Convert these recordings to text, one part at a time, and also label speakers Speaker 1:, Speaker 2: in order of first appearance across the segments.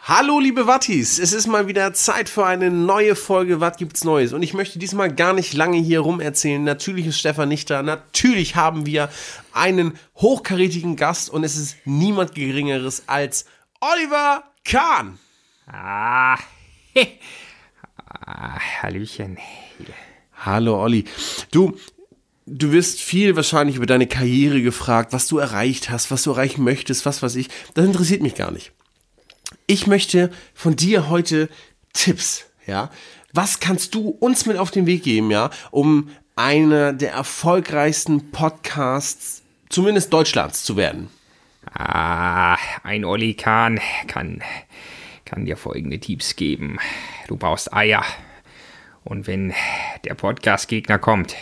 Speaker 1: Hallo liebe Wattis, es ist mal wieder Zeit für eine neue Folge Was gibt's Neues und ich möchte diesmal gar nicht lange hier rumerzählen. Natürlich ist Stefan nicht da, natürlich haben wir einen hochkarätigen Gast und es ist niemand geringeres als Oliver Kahn.
Speaker 2: Ah, ah Hallöchen.
Speaker 1: Hallo Olli. Du, du wirst viel wahrscheinlich über deine Karriere gefragt, was du erreicht hast, was du erreichen möchtest, was weiß ich. Das interessiert mich gar nicht. Ich möchte von dir heute Tipps, ja? Was kannst du uns mit auf den Weg geben, ja, um einer der erfolgreichsten Podcasts zumindest Deutschlands zu werden?
Speaker 2: Ah, ein Olli Kahn kann, kann dir folgende Tipps geben. Du brauchst Eier. Und wenn der Podcast-Gegner kommt,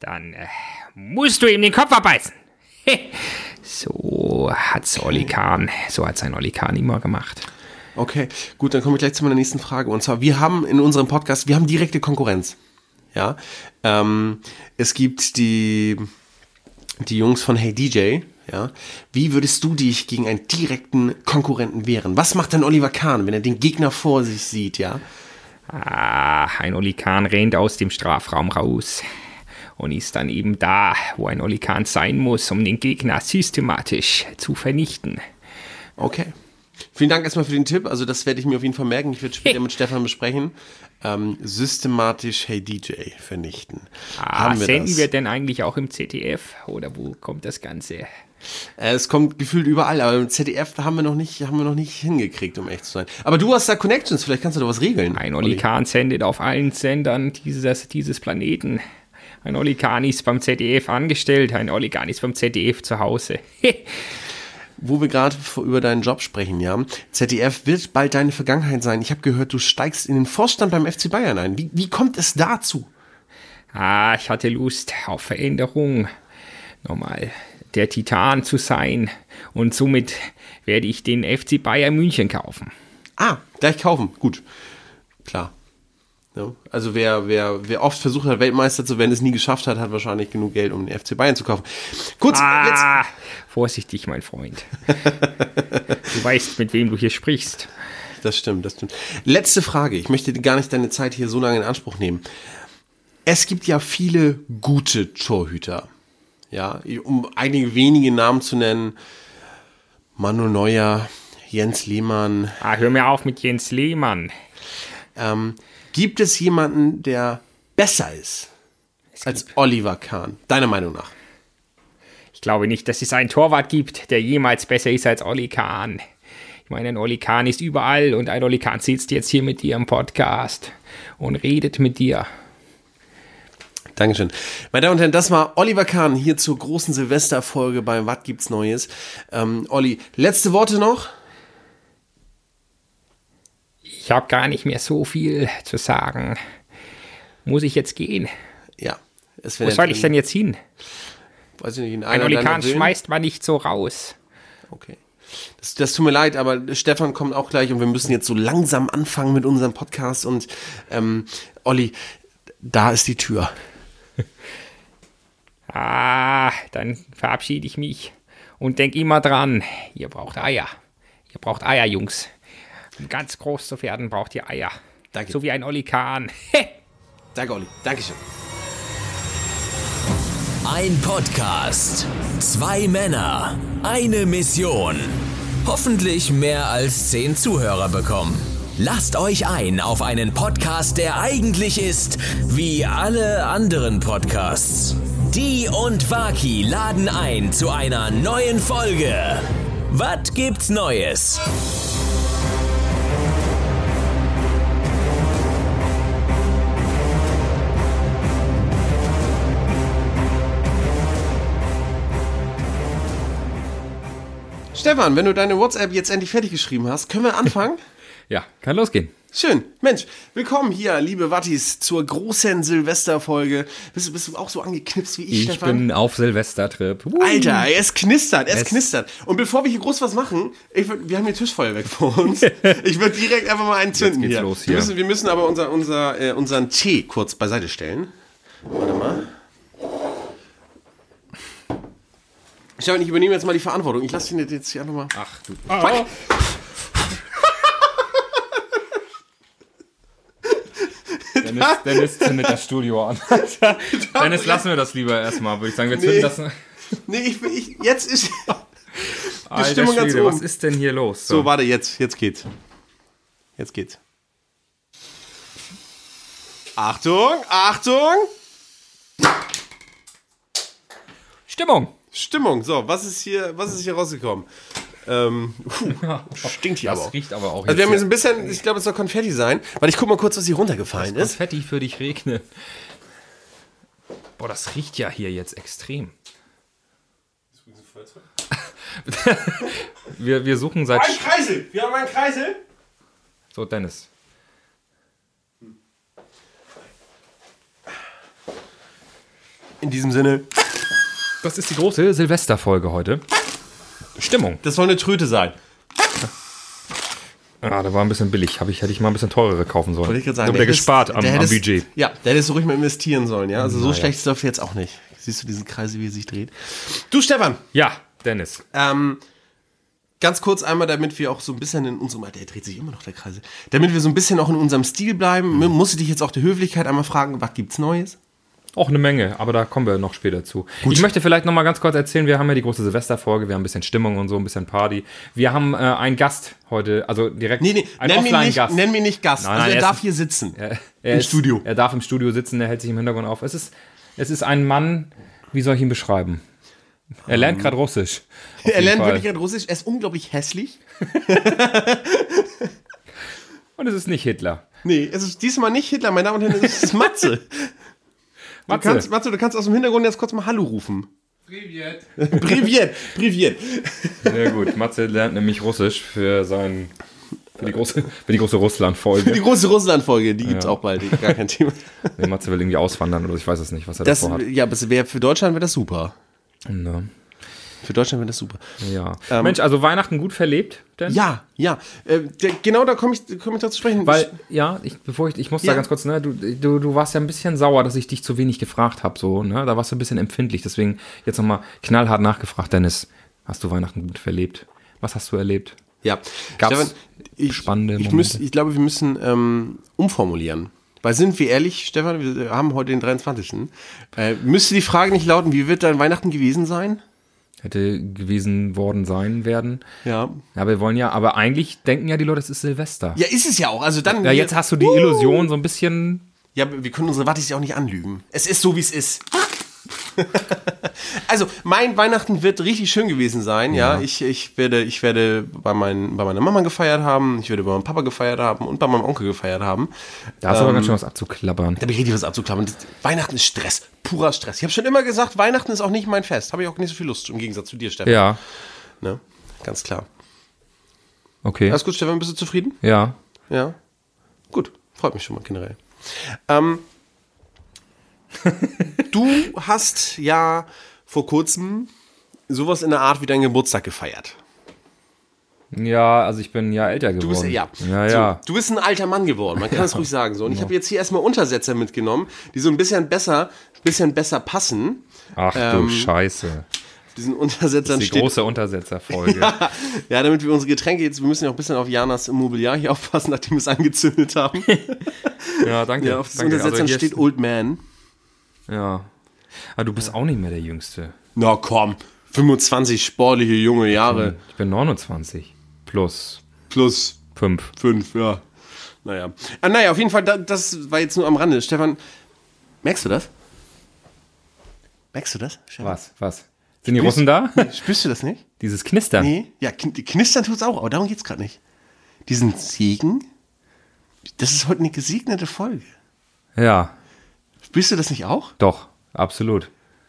Speaker 2: dann äh, musst du ihm den Kopf abbeißen. so hat's Olli Kahn, so hat's ein Olli Kahn immer gemacht.
Speaker 1: Okay, gut, dann komme ich gleich zu meiner nächsten Frage. Und zwar, wir haben in unserem Podcast, wir haben direkte Konkurrenz. Ja, ähm, es gibt die, die Jungs von Hey DJ. Ja, wie würdest du dich gegen einen direkten Konkurrenten wehren? Was macht dann Oliver Kahn, wenn er den Gegner vor sich sieht? Ja,
Speaker 2: Ah, ein Olli Kahn rennt aus dem Strafraum raus und ist dann eben da, wo ein Olli Kahn sein muss, um den Gegner systematisch zu vernichten.
Speaker 1: okay. Vielen Dank erstmal für den Tipp. Also das werde ich mir auf jeden Fall merken. Ich werde später mit Stefan besprechen. Ähm, systematisch Hey DJ vernichten.
Speaker 2: Ah, senden
Speaker 1: das?
Speaker 2: wir denn eigentlich auch im ZDF? Oder wo kommt das Ganze?
Speaker 1: Äh, Es kommt gefühlt überall, aber im ZDF haben wir noch nicht, haben wir noch nicht hingekriegt, um echt zu sein. Aber du hast da Connections, vielleicht kannst du da was regeln.
Speaker 2: Ein Olli Kahn sendet auf allen Sendern dieses, dieses Planeten. Ein Olli Kahn ist beim ZDF angestellt, ein Olli Kahn ist beim ZDF zu Hause.
Speaker 1: Wo wir gerade vor- über deinen Job sprechen, ja. ZDF wird bald deine Vergangenheit sein. Ich habe gehört, du steigst in den Vorstand beim FC Bayern ein. Wie, wie kommt es dazu?
Speaker 2: Ah, ich hatte Lust auf Veränderung. Nochmal der Titan zu sein. Und somit werde ich den FC Bayern München kaufen.
Speaker 1: Ah, gleich kaufen. Gut. Klar. Ja. Also wer, wer, wer oft versucht hat, Weltmeister zu werden, es nie geschafft hat, hat wahrscheinlich genug Geld, um den FC Bayern zu kaufen. Kurz, jetzt,
Speaker 2: Ah, vorsichtig, mein Freund. du weißt, mit wem du hier sprichst.
Speaker 1: Das stimmt, das stimmt. Letzte Frage. Ich möchte gar nicht deine Zeit hier so lange in Anspruch nehmen. Es gibt ja viele gute Torhüter. Ja, um einige wenige Namen zu nennen. Manu Neuer, Jens Lehmann.
Speaker 2: Ah, hör mir auf mit Jens Lehmann.
Speaker 1: Ähm, gibt es jemanden, der besser ist als Oliver Kahn? Deiner Meinung nach?
Speaker 2: Ich glaube nicht, dass es einen Torwart gibt, der jemals besser ist als Olli Kahn. Ich meine, ein Olli Kahn ist überall und ein Olli Kahn sitzt jetzt hier mit dir im Podcast und redet mit dir.
Speaker 1: Dankeschön. Meine Damen und Herren, das war Oliver Kahn hier zur großen Silvesterfolge beim Was gibt's Neues? Ähm, Olli, letzte Worte noch?
Speaker 2: Ich habe gar nicht mehr so viel zu sagen. Muss ich jetzt gehen?
Speaker 1: Ja. Es
Speaker 2: Wo
Speaker 1: wäre
Speaker 2: soll ich
Speaker 1: nett,
Speaker 2: denn jetzt hin?
Speaker 1: weiß ich nicht, in
Speaker 2: Ein
Speaker 1: einer
Speaker 2: Olli
Speaker 1: deiner
Speaker 2: Kahn
Speaker 1: Villen?
Speaker 2: schmeißt man nicht so raus.
Speaker 1: Okay. Das, das tut mir leid, aber Stefan kommt auch gleich und wir müssen jetzt so langsam anfangen mit unserem Podcast und ähm, Olli, da ist die Tür.
Speaker 2: Ah, dann verabschiede ich mich und denk immer dran, ihr braucht Eier. Ihr braucht Eier, Jungs. Um ganz groß zu werden, braucht ihr Eier.
Speaker 1: Danke.
Speaker 2: So wie ein Olli Kahn.
Speaker 1: Danke, Olli. Dankeschön.
Speaker 3: Ein Podcast. Zwei Männer. Eine Mission. Hoffentlich mehr als zehn Zuhörer bekommen. Lasst euch ein auf einen Podcast, der eigentlich ist wie alle anderen Podcasts. Die und Waki laden ein zu einer neuen Folge. Was gibt's Neues?
Speaker 1: Stefan, wenn du deine WhatsApp jetzt endlich fertig geschrieben hast, können wir anfangen?
Speaker 4: Ja, kann losgehen.
Speaker 1: Schön. Mensch, willkommen hier, liebe Wattis, zur großen Silvesterfolge. Bist, du- bist du auch so angeknipst wie ich,
Speaker 4: Ich
Speaker 1: Stefan?
Speaker 4: bin auf Silvestertrip. Woo.
Speaker 1: Alter, es knistert, es,
Speaker 4: Es-
Speaker 1: knistert. Und bevor wir hier groß was machen, ich würd, wir haben hier Tischfeuerwerk vor uns. Ich würde direkt einfach mal einen zünden
Speaker 4: geht's
Speaker 1: hier.
Speaker 4: los
Speaker 1: Wir,
Speaker 4: hier.
Speaker 1: müssen, wir müssen aber unser, unser, äh, unseren Tee kurz beiseite stellen. Warte mal.
Speaker 4: Ah.
Speaker 1: Stefan, ich übernehme jetzt mal die Verantwortung. Ich lasse ihn jetzt hier einfach mal.
Speaker 4: Ach du.
Speaker 2: Dennis, Dennis zündet das Studio an. Dennis, lassen wir das lieber erstmal, würde ich sagen. Wir zünden
Speaker 1: Nee.
Speaker 2: das.
Speaker 1: Nee, ich, ich, jetzt ist.
Speaker 2: Alter
Speaker 1: Stimmung ganz
Speaker 2: Schwede, was
Speaker 1: oben.
Speaker 2: ist denn hier los?
Speaker 1: So, warte, jetzt, jetzt geht's. Jetzt geht's. Achtung, Achtung!
Speaker 2: Stimmung.
Speaker 1: Stimmung. So, was ist hier, was ist hier rausgekommen? Ähm, puh, stinkt hier aber.
Speaker 2: Das
Speaker 1: auch.
Speaker 2: riecht aber auch
Speaker 1: Also wir haben jetzt
Speaker 2: jetzt.
Speaker 1: ein bisschen, ich glaube, es soll Konfetti sein, weil ich guck mal kurz, was hier runtergefallen
Speaker 2: Das
Speaker 1: ist.
Speaker 2: Fetti für dich regnet. Boah, das riecht ja hier jetzt extrem. wir, wir suchen seit.
Speaker 1: Kreisel! Wir haben einen Kreisel!
Speaker 2: So, Dennis.
Speaker 1: In diesem Sinne,
Speaker 2: Das ist die große Silvesterfolge heute. Stimmung.
Speaker 1: das soll eine Tröte sein.
Speaker 2: Ah, da war ein bisschen billig. Hab ich, hätte ich mal ein bisschen teurere kaufen sollen.
Speaker 1: Wollte ich gerade sagen.
Speaker 2: Da
Speaker 1: der
Speaker 2: wieder
Speaker 1: hättest-
Speaker 2: gespart am,
Speaker 1: der
Speaker 2: am
Speaker 1: hättest-
Speaker 2: Budget.
Speaker 1: Ja, da hättest du ruhig mal investieren sollen, ja? Also so schlecht ist das jetzt auch nicht. Siehst du diesen Kreisel, wie er sich dreht? Du, Stefan,
Speaker 2: Ja, Dennis.
Speaker 1: Ähm, ganz kurz einmal, damit wir auch so ein bisschen in unserem, der dreht sich immer noch der Kreisel, damit wir so ein bisschen auch in unserem Stil bleiben,
Speaker 2: Mhm.
Speaker 1: mu- muss ich dich jetzt auch der Höflichkeit einmal fragen, was gibt's Neues?
Speaker 2: Auch eine Menge, aber da kommen wir noch später zu. Ich möchte vielleicht noch mal ganz kurz erzählen, wir haben ja die große Silvesterfolge, wir haben ein bisschen Stimmung und so, ein bisschen Party. Wir haben äh, einen Gast heute, also direkt
Speaker 1: Nee, nee,
Speaker 2: einen
Speaker 1: nenn mich, nicht,
Speaker 2: Offline-Gast.
Speaker 1: nenn mich nicht Gast.
Speaker 2: Nein,
Speaker 1: also
Speaker 2: nein,
Speaker 1: er
Speaker 2: er
Speaker 1: darf
Speaker 2: ist-
Speaker 1: hier sitzen.
Speaker 2: Er
Speaker 1: Im
Speaker 2: ist-
Speaker 1: Studio.
Speaker 2: Er darf im Studio sitzen, er hält sich im Hintergrund auf. Es ist, es ist ein Mann, wie soll ich ihn beschreiben? Er lernt gerade Russisch. Auf
Speaker 1: er
Speaker 2: jeden
Speaker 1: lernt
Speaker 2: Fall.
Speaker 1: wirklich gerade Russisch, er ist unglaublich hässlich.
Speaker 2: Und es ist nicht Hitler.
Speaker 1: Nee, es ist diesmal nicht Hitler, meine Damen und Herren, es ist Matze. Du
Speaker 2: Matze.
Speaker 1: kannst, Matze, du kannst aus dem Hintergrund jetzt kurz mal Hallo rufen. Privet. Privet, Privet.
Speaker 2: Sehr gut. Matze lernt nämlich Russisch für sein für die große, für die große Russland-Folge.
Speaker 1: Die große Russland-Folge, die gibt's auch bald, gar kein Thema.
Speaker 2: Nee, Matze will irgendwie auswandern oder ich weiß es nicht, was er
Speaker 1: Das,
Speaker 2: davor hat.
Speaker 1: ja, das wär, für Deutschland wäre das super.
Speaker 2: Ne.
Speaker 1: Für Deutschland wäre das super.
Speaker 2: Ja. Mensch, also Weihnachten gut verlebt, denn?
Speaker 1: Ähm, Ja, ja. Äh, der, genau da komme ich, komm ich dazu sprechen.
Speaker 2: Weil, ja, ich, bevor ich, ich muss
Speaker 1: Ja.
Speaker 2: da ganz kurz, ne, du, du, du warst ja ein bisschen sauer, dass ich dich zu wenig gefragt habe, so, ne, da warst du ein bisschen empfindlich, deswegen jetzt nochmal knallhart nachgefragt, Dennis, hast du Weihnachten gut verlebt? Was hast du erlebt?
Speaker 1: ja.
Speaker 2: Gab's
Speaker 1: Stefan, ich,
Speaker 2: spannende
Speaker 1: ich,
Speaker 2: Momente?
Speaker 1: müß, ich glaube, wir müssen ähm, umformulieren. Weil sind wir ehrlich, Stefan, wir haben heute den 23. Äh, müsste die Frage nicht lauten, wie wird dein Weihnachten gewesen sein?
Speaker 2: Hätte gewesen worden sein werden.
Speaker 1: Ja.
Speaker 2: Ja, wir wollen ja, aber eigentlich denken ja die Leute, es ist Silvester.
Speaker 1: Ja, ist es ja auch. Also dann.
Speaker 2: Ja, jetzt hast du die Illusion so ein bisschen.
Speaker 1: Ja, aber wir können unsere Wattis ja auch nicht anlügen. Es ist so, wie es ist. also, mein Weihnachten wird richtig schön gewesen sein, ja. Ich, ich werde, ich werde bei, meinen, bei meiner Mama gefeiert haben, ich werde bei meinem Papa gefeiert haben und bei meinem Onkel gefeiert haben.
Speaker 2: Da hast du
Speaker 1: Ähm,
Speaker 2: aber ganz schön was abzuklappern.
Speaker 1: Da habe ich richtig was abzuklammern. Das, Weihnachten ist Stress, purer Stress. Ich habe schon immer gesagt, Weihnachten ist auch nicht mein Fest. Habe ich auch nicht so viel Lust, im Gegensatz zu dir, Stefan.
Speaker 2: Ja,
Speaker 1: Ne? Ganz klar.
Speaker 2: okay.
Speaker 1: Alles gut, Stefan, bist du zufrieden?
Speaker 2: ja.
Speaker 1: Ja. Gut, freut mich schon mal generell. Ähm, du hast ja vor kurzem sowas in der Art wie deinen Geburtstag gefeiert.
Speaker 2: Ja, also ich bin ja älter geworden.
Speaker 1: Du bist ja,
Speaker 2: Ja,
Speaker 1: so,
Speaker 2: ja. Genau.
Speaker 1: du bist ein alter Mann geworden, man kann es ruhig sagen so. Und ich habe jetzt hier erstmal Untersetzer mitgenommen, die so ein bisschen besser, bisschen besser passen.
Speaker 2: Ach
Speaker 1: Ähm,
Speaker 2: du Scheiße.
Speaker 1: Auf Diesen Untersetzern
Speaker 2: Die
Speaker 1: steht
Speaker 2: große Untersetzerfolge.
Speaker 1: Ja, damit wir unsere Getränke jetzt, wir müssen ja auch ein bisschen auf Janas Immobiliar hier aufpassen, nachdem wir es angezündet haben.
Speaker 2: Ja, danke.
Speaker 1: Ja, auf diesen
Speaker 2: danke. also
Speaker 1: Untersetzern
Speaker 2: hier
Speaker 1: steht
Speaker 2: ist-
Speaker 1: Old Man.
Speaker 2: Ja. Aber du bist auch nicht mehr der Jüngste.
Speaker 1: Na komm, 25 sportliche junge Jahre
Speaker 2: Ich bin 29. Plus
Speaker 1: plus
Speaker 2: 5.
Speaker 1: 5, ja. Naja. Ah, naja, auf jeden Fall, da, das war jetzt nur am Rande. Stefan, merkst du das? Merkst du das? Stefan?
Speaker 2: Was? Was? Sind die Russen da?
Speaker 1: Spürst du das nicht?
Speaker 2: Dieses Knistern.
Speaker 1: Nee. Ja, kn knistern tut's auch, aber darum geht's gerade nicht. Diesen Segen, das ist heute eine gesegnete Folge.
Speaker 2: Ja,
Speaker 1: Spürst du das nicht auch?
Speaker 2: doch. Absolut.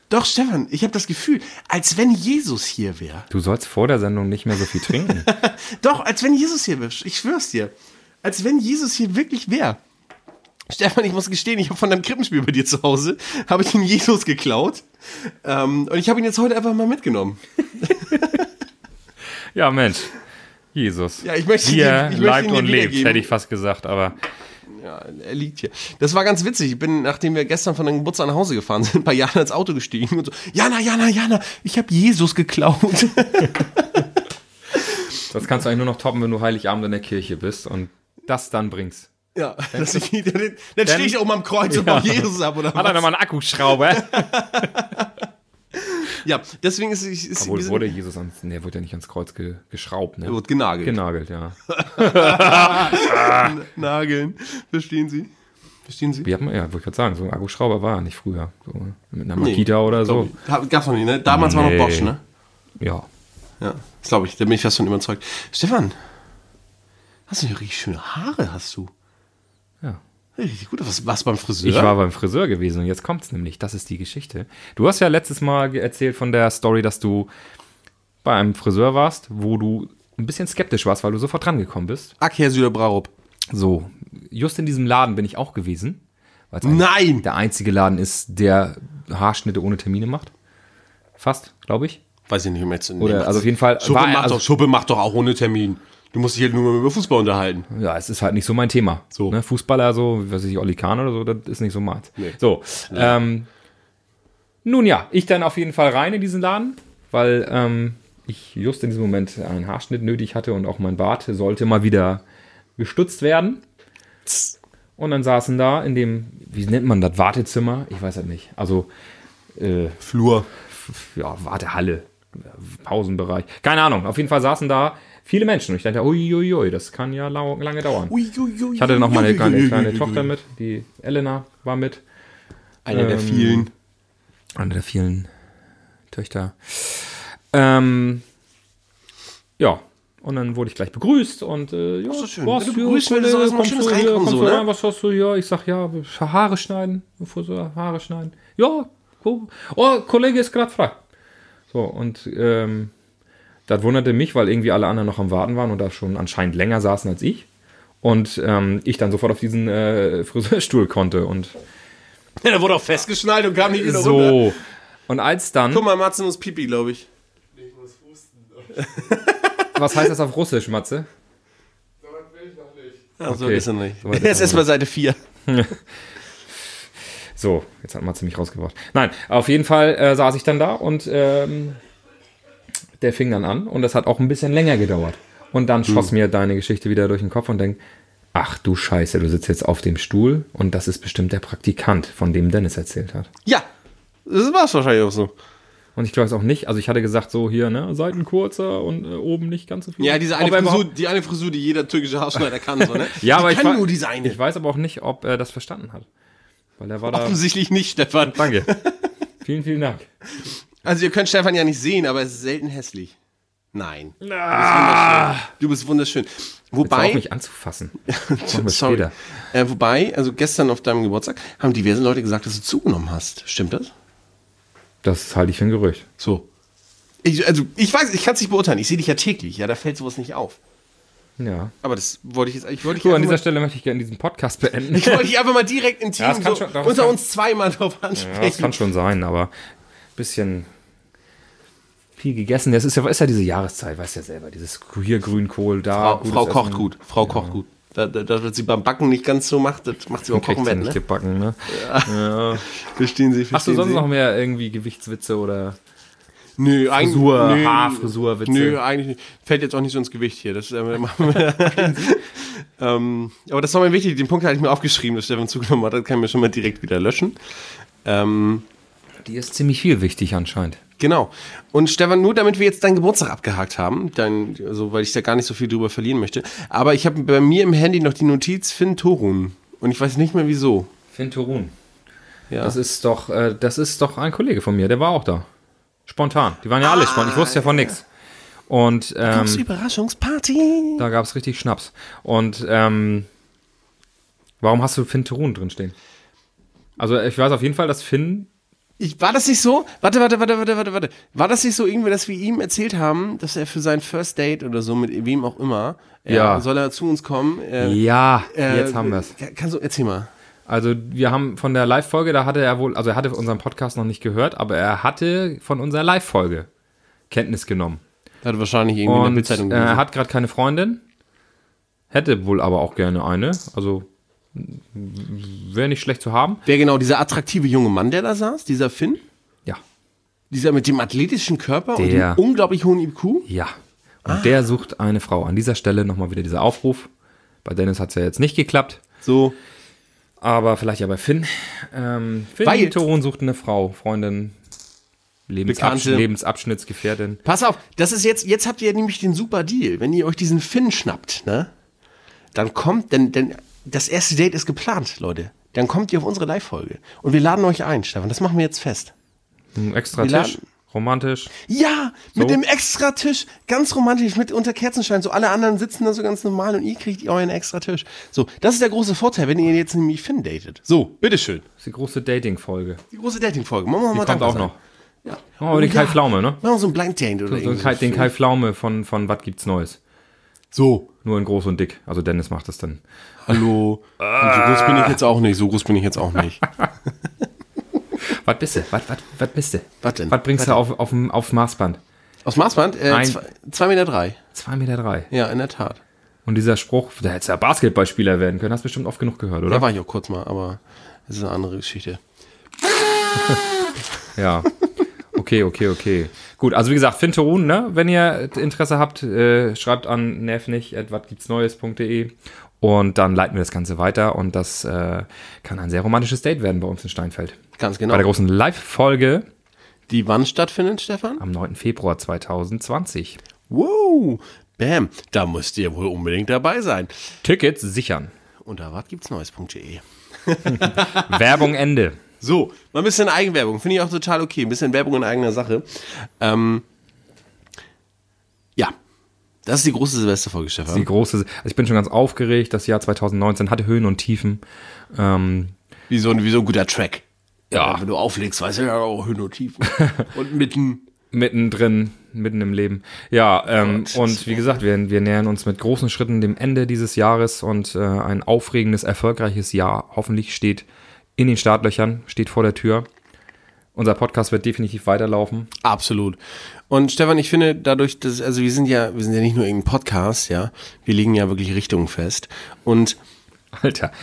Speaker 1: Doch, Stefan, ich habe das Gefühl, als wenn Jesus hier wäre.
Speaker 2: Du sollst vor der Sendung nicht mehr so viel trinken.
Speaker 1: Doch, als wenn Jesus hier wäre. Ich schwör's dir. Als wenn Jesus hier wirklich wäre. Stefan, ich muss gestehen, ich habe von deinem Krippenspiel bei dir zu Hause, habe ich den Jesus geklaut. Ähm, und ich habe ihn jetzt heute einfach mal mitgenommen.
Speaker 2: ja, Mensch. Jesus.
Speaker 1: Ja, ich möchte ihn dir-
Speaker 2: Hier
Speaker 1: ich möchte
Speaker 2: bleibt
Speaker 1: ihn dir
Speaker 2: und lebt,
Speaker 1: wiedergeben.
Speaker 2: hätte ich fast gesagt, aber
Speaker 1: Er liegt hier. Das war ganz witzig. Ich bin, nachdem wir gestern von deinem Geburtstag nach Hause gefahren sind, bei Jana ins Auto gestiegen und so, Jana, Jana, Jana, ich habe Jesus geklaut.
Speaker 2: das kannst du eigentlich nur noch toppen, wenn du Heiligabend in der Kirche bist und das dann bringst.
Speaker 1: Ja, dass ich, dann, dann stehe ich oben am Kreuz und mache Jesus ab oder
Speaker 2: Hat er
Speaker 1: was?
Speaker 2: nochmal einen Akkuschrauber?
Speaker 1: Ja, deswegen ist es. Ist,
Speaker 2: Obwohl
Speaker 1: wir sind-
Speaker 2: wurde Jesus ans, nee, wurde ja nicht ans Kreuz ge, geschraubt, ne?
Speaker 1: Er wird genagelt.
Speaker 2: Genagelt, ja.
Speaker 1: N- Nageln. Verstehen Sie? Verstehen Sie?
Speaker 2: Wie hat man, ja, wollte ich gerade sagen, so ein Akkuschrauber war er nicht früher. So, ne? mit einer
Speaker 1: Nee,
Speaker 2: Makita oder so.
Speaker 1: glaub ich. Hab- Gab's noch nicht, ne? Damals war
Speaker 2: Nee.
Speaker 1: noch Bosch, ne?
Speaker 2: Ja.
Speaker 1: Ja, das glaube ich. Da bin ich fast von überzeugt. Stefan, hast du nicht richtig schöne Haare, hast du?
Speaker 2: Ja.
Speaker 1: Richtig gut. Was, was beim Friseur?
Speaker 2: Ich war beim Friseur gewesen und jetzt kommt's nämlich. Das ist die Geschichte. Du hast ja letztes Mal ge- erzählt von der Story, dass du bei einem Friseur warst, wo du ein bisschen skeptisch warst, weil du sofort dran gekommen bist.
Speaker 1: Ack, Herr Süderbrarup.
Speaker 2: So, just in diesem Laden bin ich auch gewesen. Weil es
Speaker 1: Nein!
Speaker 2: der einzige Laden ist, der Haarschnitte ohne Termine macht. Fast, glaube ich.
Speaker 1: Weiß ich nicht, um jetzt zu
Speaker 2: Oder, also auf jeden Fall
Speaker 1: Schuppe,
Speaker 2: war er-
Speaker 1: macht
Speaker 2: also-
Speaker 1: doch, Schuppe macht doch auch ohne Termin. Du musst dich halt nur mal über Fußball unterhalten.
Speaker 2: Ja, es ist halt nicht so mein Thema.
Speaker 1: So.
Speaker 2: Ne, Fußballer, so, was weiß ich, Oli Kahn oder so, das ist nicht so meins.
Speaker 1: Nee.
Speaker 2: So. Ähm, nun ja, ich dann auf jeden Fall rein in diesen Laden, weil ähm, ich just in diesem Moment einen Haarschnitt nötig hatte und auch mein Bart sollte mal wieder gestutzt werden. Und dann saßen da in dem, wie nennt man das, Wartezimmer? Ich weiß das nicht. Also, äh,
Speaker 1: Flur.
Speaker 2: ja, Wartehalle, Pausenbereich. Keine Ahnung, auf jeden Fall saßen da viele Menschen und ich dachte, uiuiui, das kann ja lau- lange dauern. Ich hatte noch meine kleine, kleine Tochter mit, die Elena war mit.
Speaker 1: Einer der
Speaker 2: Ähm,
Speaker 1: vielen.
Speaker 2: Eine der vielen Töchter. Ähm, ja, und dann wurde ich gleich begrüßt und äh, ja,
Speaker 1: so schön.
Speaker 2: Was,
Speaker 1: Wenn du
Speaker 2: ja,
Speaker 1: begrüßt wirst,
Speaker 2: Kollege,
Speaker 1: ist das immer
Speaker 2: kommst
Speaker 1: schön, dass
Speaker 2: du hier,
Speaker 1: reinkommen
Speaker 2: kommst
Speaker 1: so,
Speaker 2: du
Speaker 1: ne?
Speaker 2: rein, was hast du hier? Ich sag, ja, Haare schneiden, Friseur, Haare schneiden. Ja, oh, oh Kollege ist gerade frei. So, und ähm, das wunderte mich, weil irgendwie alle anderen noch am Warten waren und da schon anscheinend länger saßen als ich. Und ähm, ich dann sofort auf diesen äh, Friseurstuhl konnte und
Speaker 1: Der wurde auch festgeschnallt und kam nicht wieder runter.
Speaker 2: so. Und als dann.
Speaker 1: Guck mal, Matzen muss Pipi, glaube ich.
Speaker 2: Was heißt das auf Russisch, Matze?
Speaker 1: Also
Speaker 2: Okay.
Speaker 1: ist er nicht.
Speaker 2: So weit ist
Speaker 1: Er ist
Speaker 2: er
Speaker 1: erst bei Seite 4.
Speaker 2: So, jetzt hat Matze mich rausgebracht. Nein, auf jeden Fall äh, saß ich dann da und ähm, der fing dann an und das hat auch ein bisschen länger gedauert. Und dann schoss
Speaker 1: Hm.
Speaker 2: mir deine Geschichte wieder durch den Kopf und denk, ach du Scheiße, du sitzt jetzt auf dem Stuhl und das ist bestimmt der Praktikant, von dem Dennis erzählt hat.
Speaker 1: Ja, das war es wahrscheinlich auch so.
Speaker 2: Und ich glaube es auch nicht, also ich hatte gesagt so hier, ne, Seiten kurzer und äh, oben nicht ganz so viel.
Speaker 1: Ja, diese eine,
Speaker 2: Ob er
Speaker 1: Frisur,
Speaker 2: überhaupt-
Speaker 1: die eine Frisur, die jeder türkische Haarschneider kann, so, ne?
Speaker 2: Ja,
Speaker 1: die
Speaker 2: aber ich
Speaker 1: kann
Speaker 2: wa-
Speaker 1: nur diese eine.
Speaker 2: Ich weiß aber auch nicht, ob er das verstanden hat. Weil er war da.
Speaker 1: Offensichtlich nicht, Stefan.
Speaker 2: Danke. vielen, vielen Dank.
Speaker 1: Also ihr könnt Stefan ja nicht sehen, aber es ist selten hässlich. Nein. Du bist wunderschön. Du bist wunderschön.
Speaker 2: Jetzt hör auf
Speaker 1: Wobei,
Speaker 2: mich anzufassen. Machen wir
Speaker 1: sorry,
Speaker 2: später.
Speaker 1: äh, wobei, also gestern auf deinem Geburtstag haben diverse Leute gesagt, dass du zugenommen hast. Stimmt das?
Speaker 2: Das halte ich für ein Gerücht.
Speaker 1: So. Ich, also ich weiß, ich kann es nicht beurteilen. Ich sehe dich ja täglich. Ja, da fällt sowas nicht auf.
Speaker 2: Ja.
Speaker 1: Aber das wollte ich jetzt, ich wollte dich
Speaker 2: So, an
Speaker 1: einfach,
Speaker 2: dieser
Speaker 1: mal,
Speaker 2: Stelle möchte ich gerne diesen Podcast beenden.
Speaker 1: ich wollte dich einfach mal direkt im Team
Speaker 2: Ja, das kann
Speaker 1: so
Speaker 2: schon- das
Speaker 1: unter
Speaker 2: kann-
Speaker 1: uns zweimal drauf
Speaker 2: Ja, das
Speaker 1: ansprechen.
Speaker 2: kann schon sein, aber ein bisschen viel gegessen. Das ist ja, ist ja diese Jahreszeit, weißt ja selber. Dieses hier Grünkohl, da.
Speaker 1: Frau, Frau kocht
Speaker 2: Ah, Essen.
Speaker 1: gut. Frau kocht gut. Da, da, da wird sie beim Backen nicht ganz so macht, das macht sie beim
Speaker 2: Kriegt
Speaker 1: Kochen
Speaker 2: sie
Speaker 1: weg,
Speaker 2: nicht
Speaker 1: ne?
Speaker 2: gebacken, ne?
Speaker 1: Verstehen Sie,
Speaker 2: Hast du
Speaker 1: verstehen
Speaker 2: sonst
Speaker 1: Sie.
Speaker 2: noch mehr irgendwie Gewichtswitze oder
Speaker 1: Nö, eigentlich.
Speaker 2: Frisur,
Speaker 1: nö,
Speaker 2: Haarfrisur, Witze?
Speaker 1: Nö, eigentlich nicht. Fällt jetzt auch nicht so ins Gewicht hier. Das, äh, machen wir- ähm, aber das war mir wichtig. Den Punkt hatte ich mir aufgeschrieben, dass Stefan zugenommen hat. Das kann ich mir schon mal direkt wieder löschen. Ähm,
Speaker 2: Die ist ziemlich viel wichtig anscheinend.
Speaker 1: genau. Und Stefan, nur damit wir jetzt deinen Geburtstag abgehakt haben, dein, also, weil ich da gar nicht so viel drüber verlieren möchte. Aber ich habe bei mir im Handy noch die Notiz Finn Torun. Und ich weiß nicht mehr wieso.
Speaker 2: Finn Torun.
Speaker 1: Ja.
Speaker 2: Das ist doch, äh, das ist doch ein Kollege von mir, der war auch da. Spontan. Die waren ja alle
Speaker 1: Ah,
Speaker 2: spontan. Ich wusste ja von nichts. Und ähm,
Speaker 1: Überraschungsparty.
Speaker 2: Da gab es richtig Schnaps. Und ähm, warum hast du Finn Turun drinstehen? Also ich weiß auf jeden Fall, dass Finn.
Speaker 1: Ich, war das nicht so? Warte, warte, warte, warte, warte, warte. War das nicht so irgendwie, dass wir ihm erzählt haben, dass er für sein First Date oder so mit wem auch immer, äh,
Speaker 2: Ja.
Speaker 1: soll er zu uns kommen? Äh,
Speaker 2: Ja,
Speaker 1: äh,
Speaker 2: jetzt haben wir es.
Speaker 1: ja, Kannst du, erzähl mal.
Speaker 2: Also wir haben von der Live-Folge, da hatte er wohl, also er hatte unseren Podcast noch nicht gehört, aber er hatte von unserer Live-Folge Kenntnis genommen.
Speaker 1: Hat wahrscheinlich irgendwie in der
Speaker 2: Und
Speaker 1: Bildzeitung
Speaker 2: äh, er hat gerade keine Freundin, hätte wohl aber auch gerne eine. Also wäre nicht schlecht zu haben.
Speaker 1: Wer genau, dieser attraktive junge Mann, der da saß, dieser Finn?
Speaker 2: Ja,
Speaker 1: Dieser mit dem athletischen Körper und
Speaker 2: Der.
Speaker 1: dem unglaublich hohen IQ?
Speaker 2: Ja.
Speaker 1: Ah.
Speaker 2: Und der sucht eine Frau. An dieser Stelle nochmal wieder dieser Aufruf. Bei Dennis hat es ja jetzt nicht geklappt.
Speaker 1: So,
Speaker 2: Aber vielleicht ja bei Finn. Ähm, Finn
Speaker 1: Weil-
Speaker 2: Toron sucht eine Frau, Freundin, Lebensabsch
Speaker 1: Bekannte.
Speaker 2: Lebensabschnittsgefährtin.
Speaker 1: pass auf, das ist jetzt, jetzt habt ihr nämlich den super Deal. Wenn ihr euch diesen Finn schnappt, ne? Dann kommt, denn, denn das erste Date ist geplant, Leute. Dann kommt ihr auf unsere Live-Folge. Und wir laden euch ein, Stefan. Das machen wir jetzt fest.
Speaker 2: Ein Hm, extra
Speaker 1: Wir
Speaker 2: Tisch,
Speaker 1: laden-
Speaker 2: romantisch.
Speaker 1: Ja, mit
Speaker 2: So.
Speaker 1: dem extra Tisch. Ganz romantisch, mit unter Kerzenschein. So alle anderen sitzen da so ganz normal und ihr kriegt euren extra Tisch. So, das ist der große Vorteil, wenn ihr jetzt nämlich Finn datet. So, bitteschön.
Speaker 2: Das ist die große Dating-Folge.
Speaker 1: Die große Dating-Folge. Machen wir
Speaker 2: Die
Speaker 1: mal
Speaker 2: kommt
Speaker 1: dankbar
Speaker 2: auch
Speaker 1: sein.
Speaker 2: noch.
Speaker 1: Ja.
Speaker 2: Machen wir den Kai Pflaume, ne?
Speaker 1: Machen wir so ein Blind Date oder
Speaker 2: So
Speaker 1: irgendwie
Speaker 2: den Kai, den Kai Pflaume von, von Was gibt's Neues?
Speaker 1: So,
Speaker 2: Nur in groß und dick. Also Dennis macht das dann.
Speaker 1: hallo. Und so groß bin ich jetzt auch nicht. So groß bin ich jetzt auch nicht.
Speaker 2: Was bist du? Was, was, was bist du?
Speaker 1: Was denn?
Speaker 2: Was bringst du auf, auf, auf Maßband?
Speaker 1: Aus Maßband? Äh,
Speaker 2: Ein-
Speaker 1: zwei, zwei Meter drei.
Speaker 2: 2,3 Meter. Drei.
Speaker 1: Ja, in der Tat.
Speaker 2: Und dieser Spruch, da hättest du ja Basketballspieler werden können, hast du bestimmt oft genug gehört,
Speaker 1: Da
Speaker 2: oder?
Speaker 1: war ich auch kurz mal, aber das ist eine andere Geschichte.
Speaker 2: Ja. Okay, okay, okay. Gut, also wie gesagt, Finterun, ne? Wenn ihr Interesse habt, äh, schreibt an nervnich.watgibtsneues.de und dann leiten wir das Ganze weiter und das äh, kann ein sehr romantisches Date werden bei uns in Steinfeld.
Speaker 1: Ganz
Speaker 2: Bei
Speaker 1: genau.
Speaker 2: der großen Live-Folge
Speaker 1: Die wann stattfindet, Stefan?
Speaker 2: am 9. Februar 2020.
Speaker 1: Wow. Bam. Da müsst ihr wohl unbedingt dabei sein.
Speaker 2: Tickets sichern.
Speaker 1: Unter watgibtsneues.de.
Speaker 2: Werbung Ende.
Speaker 1: So, mal ein bisschen Eigenwerbung. Finde ich auch total okay. Ein bisschen Werbung in eigener Sache. Ähm, ja. Das ist die große Silvesterfolge, Stefan.
Speaker 2: Die große, also ich bin schon ganz aufgeregt. Das Jahr 2019 hatte Höhen und Tiefen. Ähm,
Speaker 1: Wie so, ein, wie so ein guter Track.
Speaker 2: Ja.
Speaker 1: Wenn du auflegst, weißt du ja auch Höhen und Tiefen. Und mitten.
Speaker 2: mittendrin, mitten im Leben. Ja, ähm, und wie gesagt, wir, wir nähern uns mit großen Schritten dem Ende dieses Jahres und äh, ein aufregendes, erfolgreiches Jahr hoffentlich steht in den Startlöchern, steht vor der Tür. Unser Podcast wird definitiv weiterlaufen.
Speaker 1: Absolut. Und Stefan, ich finde dadurch, dass, also wir sind ja, wir sind ja nicht nur irgendein Podcast, ja. Wir legen ja wirklich Richtungen fest. Und
Speaker 2: Alter,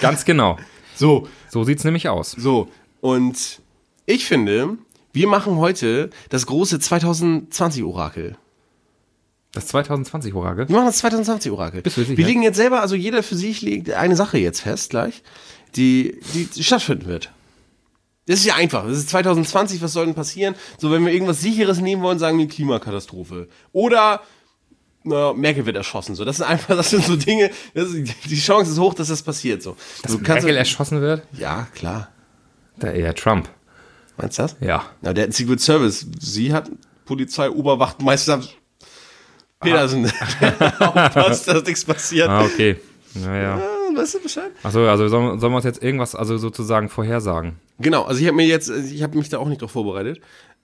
Speaker 2: ganz genau.
Speaker 1: so,
Speaker 2: So sieht's nämlich aus.
Speaker 1: so. Und ich finde, wir machen heute das große 2020-Orakel.
Speaker 2: Das 2020-Orakel.
Speaker 1: Wir machen das 2020-Orakel.
Speaker 2: Bist du sicher?
Speaker 1: Wir legen jetzt selber, also jeder für sich legt eine Sache jetzt fest gleich, die, die stattfinden wird. Das ist ja einfach. Das ist 2020, was soll denn passieren? So, wenn wir irgendwas Sicheres nehmen wollen, sagen wir Klimakatastrophe. Oder, na, Merkel wird erschossen. So, das sind einfach, das sind so Dinge, das ist, die Chance ist hoch, dass das passiert. So, du kannst,
Speaker 2: Merkel erschossen wird?
Speaker 1: ja, klar.
Speaker 2: Da eher Trump.
Speaker 1: Meinst du das?
Speaker 2: Ja.
Speaker 1: Na, der hat Secret Service. Sie hat Polizeioberwachtmeister Petersen. Aufpasst, dass nichts passiert.
Speaker 2: Ah, okay. Naja.
Speaker 1: Weißt du Bescheid?
Speaker 2: Achso, also sollen, sollen wir uns jetzt irgendwas, also sozusagen vorhersagen?
Speaker 1: Genau, also ich habe mir jetzt, ich habe mich da auch nicht drauf vorbereitet.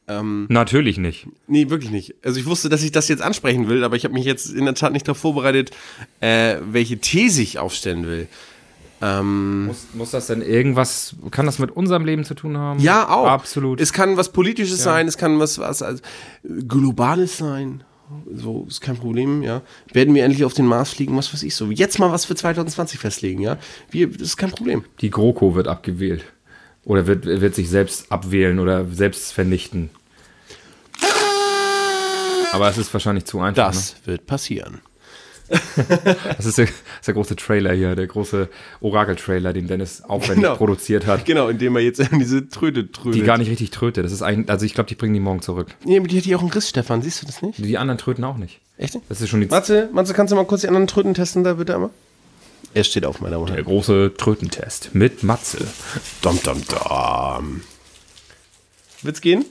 Speaker 1: Hm.
Speaker 2: Natürlich nicht.
Speaker 1: Nee, wirklich nicht. Also ich wusste, dass ich das jetzt ansprechen will, aber ich habe mich jetzt in der Tat nicht darauf vorbereitet, äh, welche These ich aufstellen will. Hm.
Speaker 2: Muss, muss das denn irgendwas, kann das mit unserem Leben zu tun haben?
Speaker 1: Ja, auch.
Speaker 2: Absolut.
Speaker 1: Es kann was Politisches sein, es kann was, was also, äh, Globales sein. So, ist kein Problem, ja. Werden wir endlich auf den Mars fliegen, was weiß ich so. Jetzt mal was für 2020 festlegen, ja. Wir, das ist kein Problem.
Speaker 2: Die GroKo wird abgewählt. Oder wird, wird sich selbst abwählen oder selbst vernichten. Aber es ist wahrscheinlich zu einfach.
Speaker 1: Das wird passieren.
Speaker 2: Ne? Das, ist der, das ist der große Trailer hier, der große Orakel-Trailer, den Dennis aufwendig
Speaker 1: Genau.
Speaker 2: produziert hat.
Speaker 1: Genau, indem wir jetzt in diese Tröte trödelt.
Speaker 2: Die gar nicht richtig tröte. Das ist ein, also ich glaube, die bringen die morgen zurück.
Speaker 1: Nee, aber die hat ja auch einen Riss, Stefan, siehst du das nicht?
Speaker 2: Die anderen tröten auch nicht.
Speaker 1: Echt?
Speaker 2: Das ist schon die, der
Speaker 1: Matze, Matze, kannst du mal kurz die anderen Tröten testen, da bitte einmal? Er steht auf meiner Mutter.
Speaker 2: große Trötentest mit Matze.
Speaker 1: Dom, dom, dom. Wird's gehen?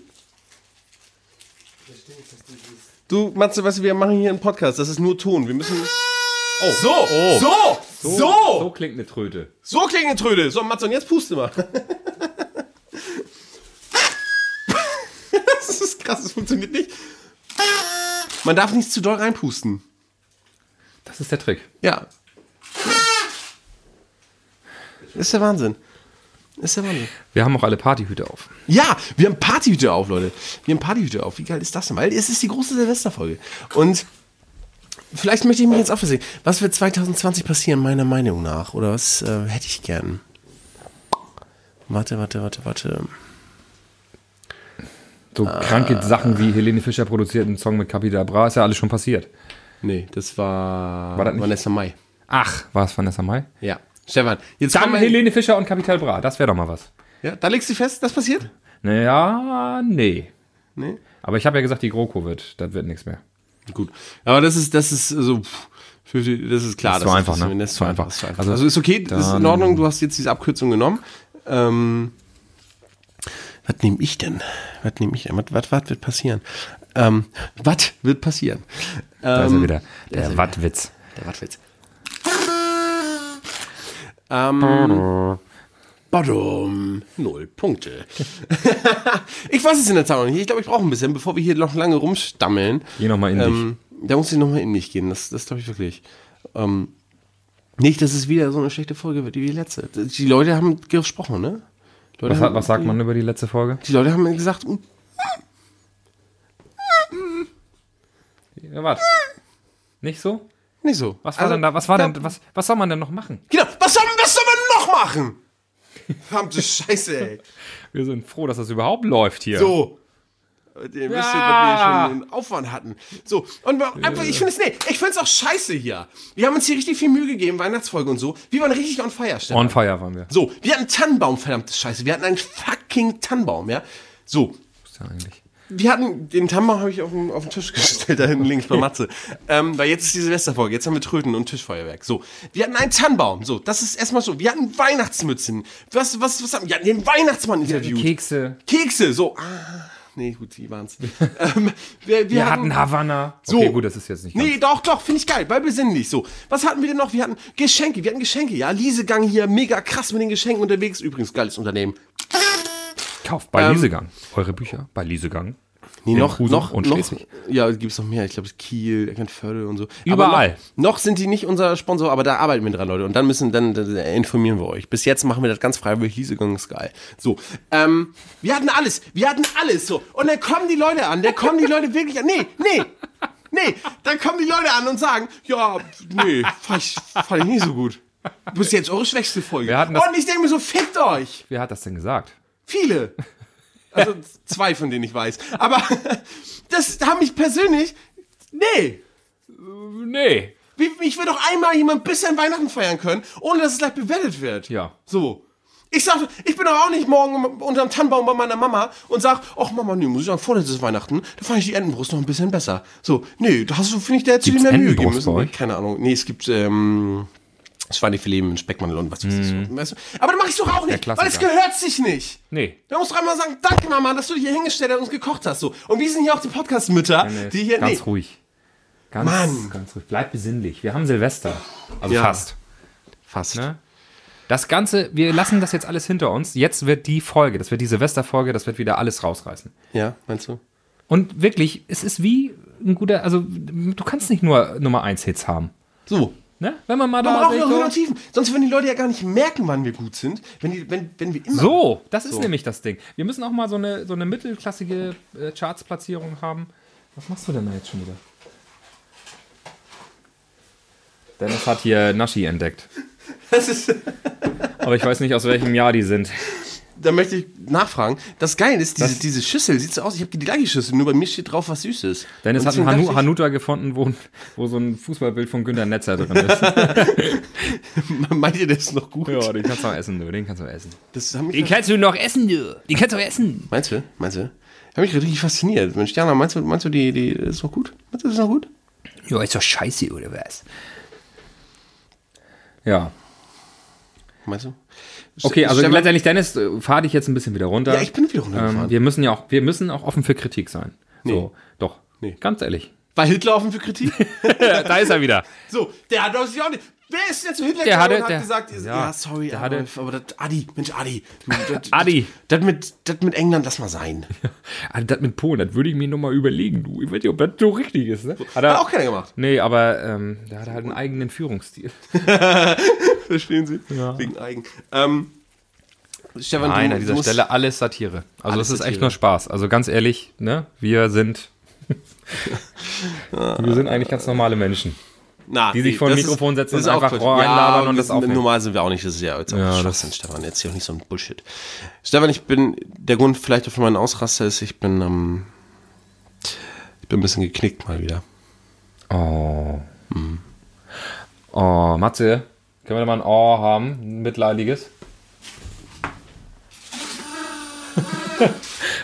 Speaker 1: Du, Matze, weißt du, wir machen hier einen Podcast. Das ist nur Ton. Wir müssen. Oh. So, so, so,
Speaker 2: So
Speaker 1: so,
Speaker 2: klingt eine Tröte.
Speaker 1: klingt eine Trödel. So, Matze, und jetzt puste mal. das ist krass, das funktioniert nicht. Man darf nicht zu doll reinpusten.
Speaker 2: Das ist der Trick.
Speaker 1: Ja. Ist der Wahnsinn. Ist der Wahnsinn.
Speaker 2: Wir haben auch alle Partyhüte auf.
Speaker 1: Ja, wir haben Partyhüte auf, Leute. Wir haben Partyhüte auf. Wie geil ist das denn? Weil es ist die große Silvesterfolge. Und vielleicht möchte ich mich jetzt auch versehen. Was wird 2020 passieren, meiner Meinung nach? Oder was äh, hätte ich gern? Warte, warte, warte, warte.
Speaker 2: So kranke Sachen wie Helene Fischer produziert einen Song mit Capita Bra, ist ja alles schon passiert.
Speaker 1: Nee, das war,
Speaker 2: War das nicht-
Speaker 1: Vanessa Mai.
Speaker 2: Ach, war es Vanessa Mai?
Speaker 1: Ja. Stefan, jetzt
Speaker 2: Dann
Speaker 1: komm mal-
Speaker 2: Helene Fischer und Capital Bra, das wäre doch mal was.
Speaker 1: Ja, da legst du fest, das passiert?
Speaker 2: Naja, nee.
Speaker 1: Nee.
Speaker 2: Aber ich habe ja gesagt, die GroKo wird, das wird nichts mehr.
Speaker 1: Gut. Aber das ist, das ist so, pff, 50, das ist klar.
Speaker 2: Das war einfach,
Speaker 1: ist,
Speaker 2: ne?
Speaker 1: Das ist zu einfach. Das ist zu einfach. Also,
Speaker 2: Also,
Speaker 1: ist okay, das ist in
Speaker 2: dann-
Speaker 1: Ordnung, du hast jetzt diese Abkürzung genommen. Ähm, was nehme ich denn? Was nehme ich denn? Was, was, was wird passieren? Ähm, was wird passieren?
Speaker 2: Da ist
Speaker 1: Ähm,
Speaker 2: er wieder. Der Wattwitz.
Speaker 1: Der Wattwitz. Ähm, Bottom. Null Punkte. ich weiß es in der Zahl noch nicht. Ich glaube, ich brauche ein bisschen, bevor wir hier noch lange rumstammeln.
Speaker 2: Geh noch mal in
Speaker 1: Ähm, da muss ich nochmal in mich gehen. Das, das glaube ich wirklich. Ähm, nicht, dass es wieder so eine schlechte Folge wird wie die letzte. Die Leute haben gesprochen, ne? Die Leute
Speaker 2: Was,
Speaker 1: haben,
Speaker 2: hat- was sagt man über die letzte Folge?
Speaker 1: Die Leute haben gesagt, mm,
Speaker 2: Ja, warte. Nicht so?
Speaker 1: nicht so. Also,
Speaker 2: Was war denn Also, da? Was war denn? Was, was soll man denn noch machen?
Speaker 1: Genau. Was soll, was soll man noch machen? Verdammte Scheiße, ey.
Speaker 2: Wir sind froh, dass das überhaupt läuft hier.
Speaker 1: So. Ihr wisst ja,
Speaker 2: Ja.
Speaker 1: dass wir schon einen Aufwand hatten. So, und wir- einfach, ich finde es nee, ich finde es auch scheiße hier. Wir haben uns hier richtig viel Mühe gegeben, Weihnachtsfolge und so. Wir waren richtig on fire, Stefan.
Speaker 2: On fire waren wir.
Speaker 1: so, wir hatten einen Tannenbaum, verdammte Scheiße. Wir hatten einen fucking Tannenbaum, ja. So,
Speaker 2: Was ist denn eigentlich?
Speaker 1: wir hatten, den Tannenbaum habe ich auf den, auf den Tisch gestellt, da hinten links bei Matze. Ähm, weil jetzt ist die Silvesterfolge, jetzt haben wir Tröten und Tischfeuerwerk. So, wir hatten einen Tannenbaum, so, das ist erstmal so. Wir hatten Weihnachtsmützen. Was, was, was haben wir? Wir hatten den Weihnachtsmann interviewt.
Speaker 2: Kekse.
Speaker 1: Kekse, so. Ah, nee, gut, die waren's. ähm, wir, wir,
Speaker 2: Wir hatten Havanna.
Speaker 1: so.
Speaker 2: Okay, gut, das ist jetzt nicht
Speaker 1: Nee, doch, doch, finde ich geil, weil besinnlich. So, was hatten wir denn noch? Wir hatten Geschenke, wir hatten Geschenke. Ja, Liesegang hier, mega krass mit den Geschenken unterwegs. Übrigens, geiles Unternehmen.
Speaker 2: ganz. Kauft bei Liesegang. Eure Bücher bei Liesegang.
Speaker 1: Ähm, Nee, noch,
Speaker 2: Husum
Speaker 1: noch,
Speaker 2: und
Speaker 1: noch.
Speaker 2: Schleswig.
Speaker 1: Ja, gibt's noch mehr. Ich glaube, Kiel, Eckernförde und so.
Speaker 2: Überall.
Speaker 1: Aber noch, noch sind die nicht unser Sponsor, aber da arbeiten wir dran, Leute. Und dann müssen, dann, dann informieren wir euch. Bis jetzt machen wir das ganz freiwillig. Liesegang ist geil. So, ähm, wir hatten alles. Wir hatten alles. So, und dann kommen die Leute an. Dann kommen die Leute wirklich an. Nee, nee. Nee, dann kommen die Leute an und sagen, ja, nee, fand ich, fand ich nicht so gut. Das ist jetzt eure schwächste Folge.
Speaker 2: Wir hatten das-
Speaker 1: Und ich denke mir so, fickt euch.
Speaker 2: Wer hat das denn gesagt?
Speaker 1: Viele. Also zwei, von denen ich weiß. Aber das haben mich persönlich. Nee.
Speaker 2: Nee.
Speaker 1: Wie- Ich will doch einmal jemand bis an Weihnachten feiern können, ohne dass es gleich bewertet wird.
Speaker 2: Ja.
Speaker 1: So. Ich sag, ich bin doch auch nicht morgen unterm Tannenbaum bei meiner Mama und sag, ach Mama, nee, muss ich sagen, vorletztes Weihnachten, da fand ich die Entenbrust noch ein bisschen besser. So, nee, da hast du, finde ich, da hättest du dir
Speaker 2: Gibt's
Speaker 1: mehr Mühe geben
Speaker 2: Entenbrust bei
Speaker 1: müssen.
Speaker 2: euch?
Speaker 1: Keine Ahnung. Nee, es gibt, ähm, Schweinefilet mit Speckmantel und was weiß ich. Weißt du? Aber da mach ich doch auch nicht, weil es
Speaker 2: Mhm. Klassiker.
Speaker 1: gehört sich nicht.
Speaker 2: Nee.
Speaker 1: Da musst du einmal sagen, danke Mama, dass du dich hier hingestellt hast und uns gekocht hast. So. Und wir sind hier auch die Podcast-Mütter, die hier.
Speaker 2: ganz
Speaker 1: nee.
Speaker 2: ruhig. Ganz,
Speaker 1: Mann.
Speaker 2: ganz ruhig. Bleib besinnlich. Wir haben Silvester. Also
Speaker 1: Ja.
Speaker 2: fast.
Speaker 1: Fast.
Speaker 2: Ne? Das Ganze, wir lassen das jetzt alles hinter uns. Jetzt wird die Folge, das wird die Silvesterfolge, das wird wieder alles rausreißen.
Speaker 1: Ja, meinst du?
Speaker 2: Und wirklich, es ist wie ein guter, also du kannst nicht nur Nummer 1 Hits haben.
Speaker 1: So.
Speaker 2: Ne? Wenn man mal
Speaker 1: Man
Speaker 2: da
Speaker 1: braucht
Speaker 2: sich
Speaker 1: noch Höhen und
Speaker 2: so,
Speaker 1: Tiefen. Sonst würden die Leute ja gar nicht merken, wann wir gut sind, wenn, die, wenn, wenn wir immer.
Speaker 2: so, das ist nämlich das Ding. Wir müssen auch mal so eine, so eine mittelklassige äh, Charts-Platzierung haben. Was machst du denn da jetzt schon wieder? Dennis hat hier Nashi entdeckt.
Speaker 1: Das ist,
Speaker 2: Aber ich weiß nicht, aus welchem Jahr die sind.
Speaker 1: da möchte ich nachfragen. Das Geile ist, diese, diese Schüssel sieht so aus, ich habe die gleiche Schüssel, nur bei mir steht drauf was Süßes.
Speaker 2: Dennis
Speaker 1: Und
Speaker 2: hat einen
Speaker 1: deswegen
Speaker 2: Hanu
Speaker 1: dachte
Speaker 2: Hanuta gefunden, wo, wo so ein Fußballbild von Günter Netzer drin ist.
Speaker 1: ich, Meint ihr, der ist noch gut?
Speaker 2: ja, den kannst du auch essen, du. Den kannst du auch essen.
Speaker 1: Das haben mich
Speaker 5: Die kannst du noch essen, du. Die kannst du auch essen.
Speaker 1: Meinst du? Meinst du? Hat mich richtig fasziniert. Mensch, Jana, meinst du, meinst du die, die ist noch gut? Meinst du, das ist noch gut?
Speaker 5: Ja, ist doch scheiße, oder was?
Speaker 2: Ja.
Speaker 1: Meinst du?
Speaker 2: Okay, also
Speaker 1: Stefan-
Speaker 2: letztendlich, Dennis, äh, fahr dich jetzt ein bisschen wieder runter.
Speaker 1: Ja, ich bin wieder runtergefahren.
Speaker 2: Ähm, wir müssen ja auch, wir müssen auch offen für Kritik sein. So, doch.
Speaker 1: Nee.
Speaker 2: Ganz ehrlich.
Speaker 1: War Hitler offen für Kritik?
Speaker 2: da ist er wieder.
Speaker 1: so, der hat doch sich auch nicht. Wer ist denn zu Hitler
Speaker 2: Der
Speaker 1: gegangen
Speaker 2: hatte-
Speaker 1: und hat
Speaker 2: der-
Speaker 1: gesagt, ja,
Speaker 2: ja,
Speaker 1: sorry,
Speaker 2: der hatte-
Speaker 1: Adolf, aber das Adi, Mensch, Adi. du, das-
Speaker 2: Adi.
Speaker 1: Das mit, das mit England, lass mal sein.
Speaker 2: Also das mit Polen, das würde ich mir nochmal überlegen, du. Ich weiß nicht, ob das so richtig ist, ne? Hat
Speaker 1: Hat auch keiner gemacht.
Speaker 2: Nee, aber ähm, der hat halt einen eigenen Führungsstil.
Speaker 1: Verstehen Sie? Wegen Eigen. Ähm, Stefan,
Speaker 2: Nein,
Speaker 1: du
Speaker 2: an dieser
Speaker 1: musst-
Speaker 2: Stelle alles Satire. Also
Speaker 1: Alles
Speaker 2: es ist
Speaker 1: Satire.
Speaker 2: echt nur Spaß. Also ganz ehrlich, ne? Wir sind. wir sind eigentlich ganz normale Menschen.
Speaker 1: Na,
Speaker 2: die sich vor ein
Speaker 1: das
Speaker 2: Mikrofon setzen
Speaker 1: das
Speaker 2: und
Speaker 1: auch
Speaker 2: einfach
Speaker 1: Quatsch.
Speaker 2: reinlabern
Speaker 1: ja,
Speaker 2: und das
Speaker 1: sind-
Speaker 2: aufnehmen.
Speaker 1: Normal sind wir auch nicht, das ist ja jetzt auch
Speaker 2: Ja,
Speaker 1: Schwachsinn, Stefan. Jetzt hier auch nicht so ein Bullshit. Stefan, ich bin, der Grund vielleicht auch für meinen Ausraster ist, ich bin, ähm, ich bin ein bisschen geknickt mal wieder.
Speaker 2: Oh. Oh, Matze, Können wir da mal ein Oh haben? Ein mitleidiges?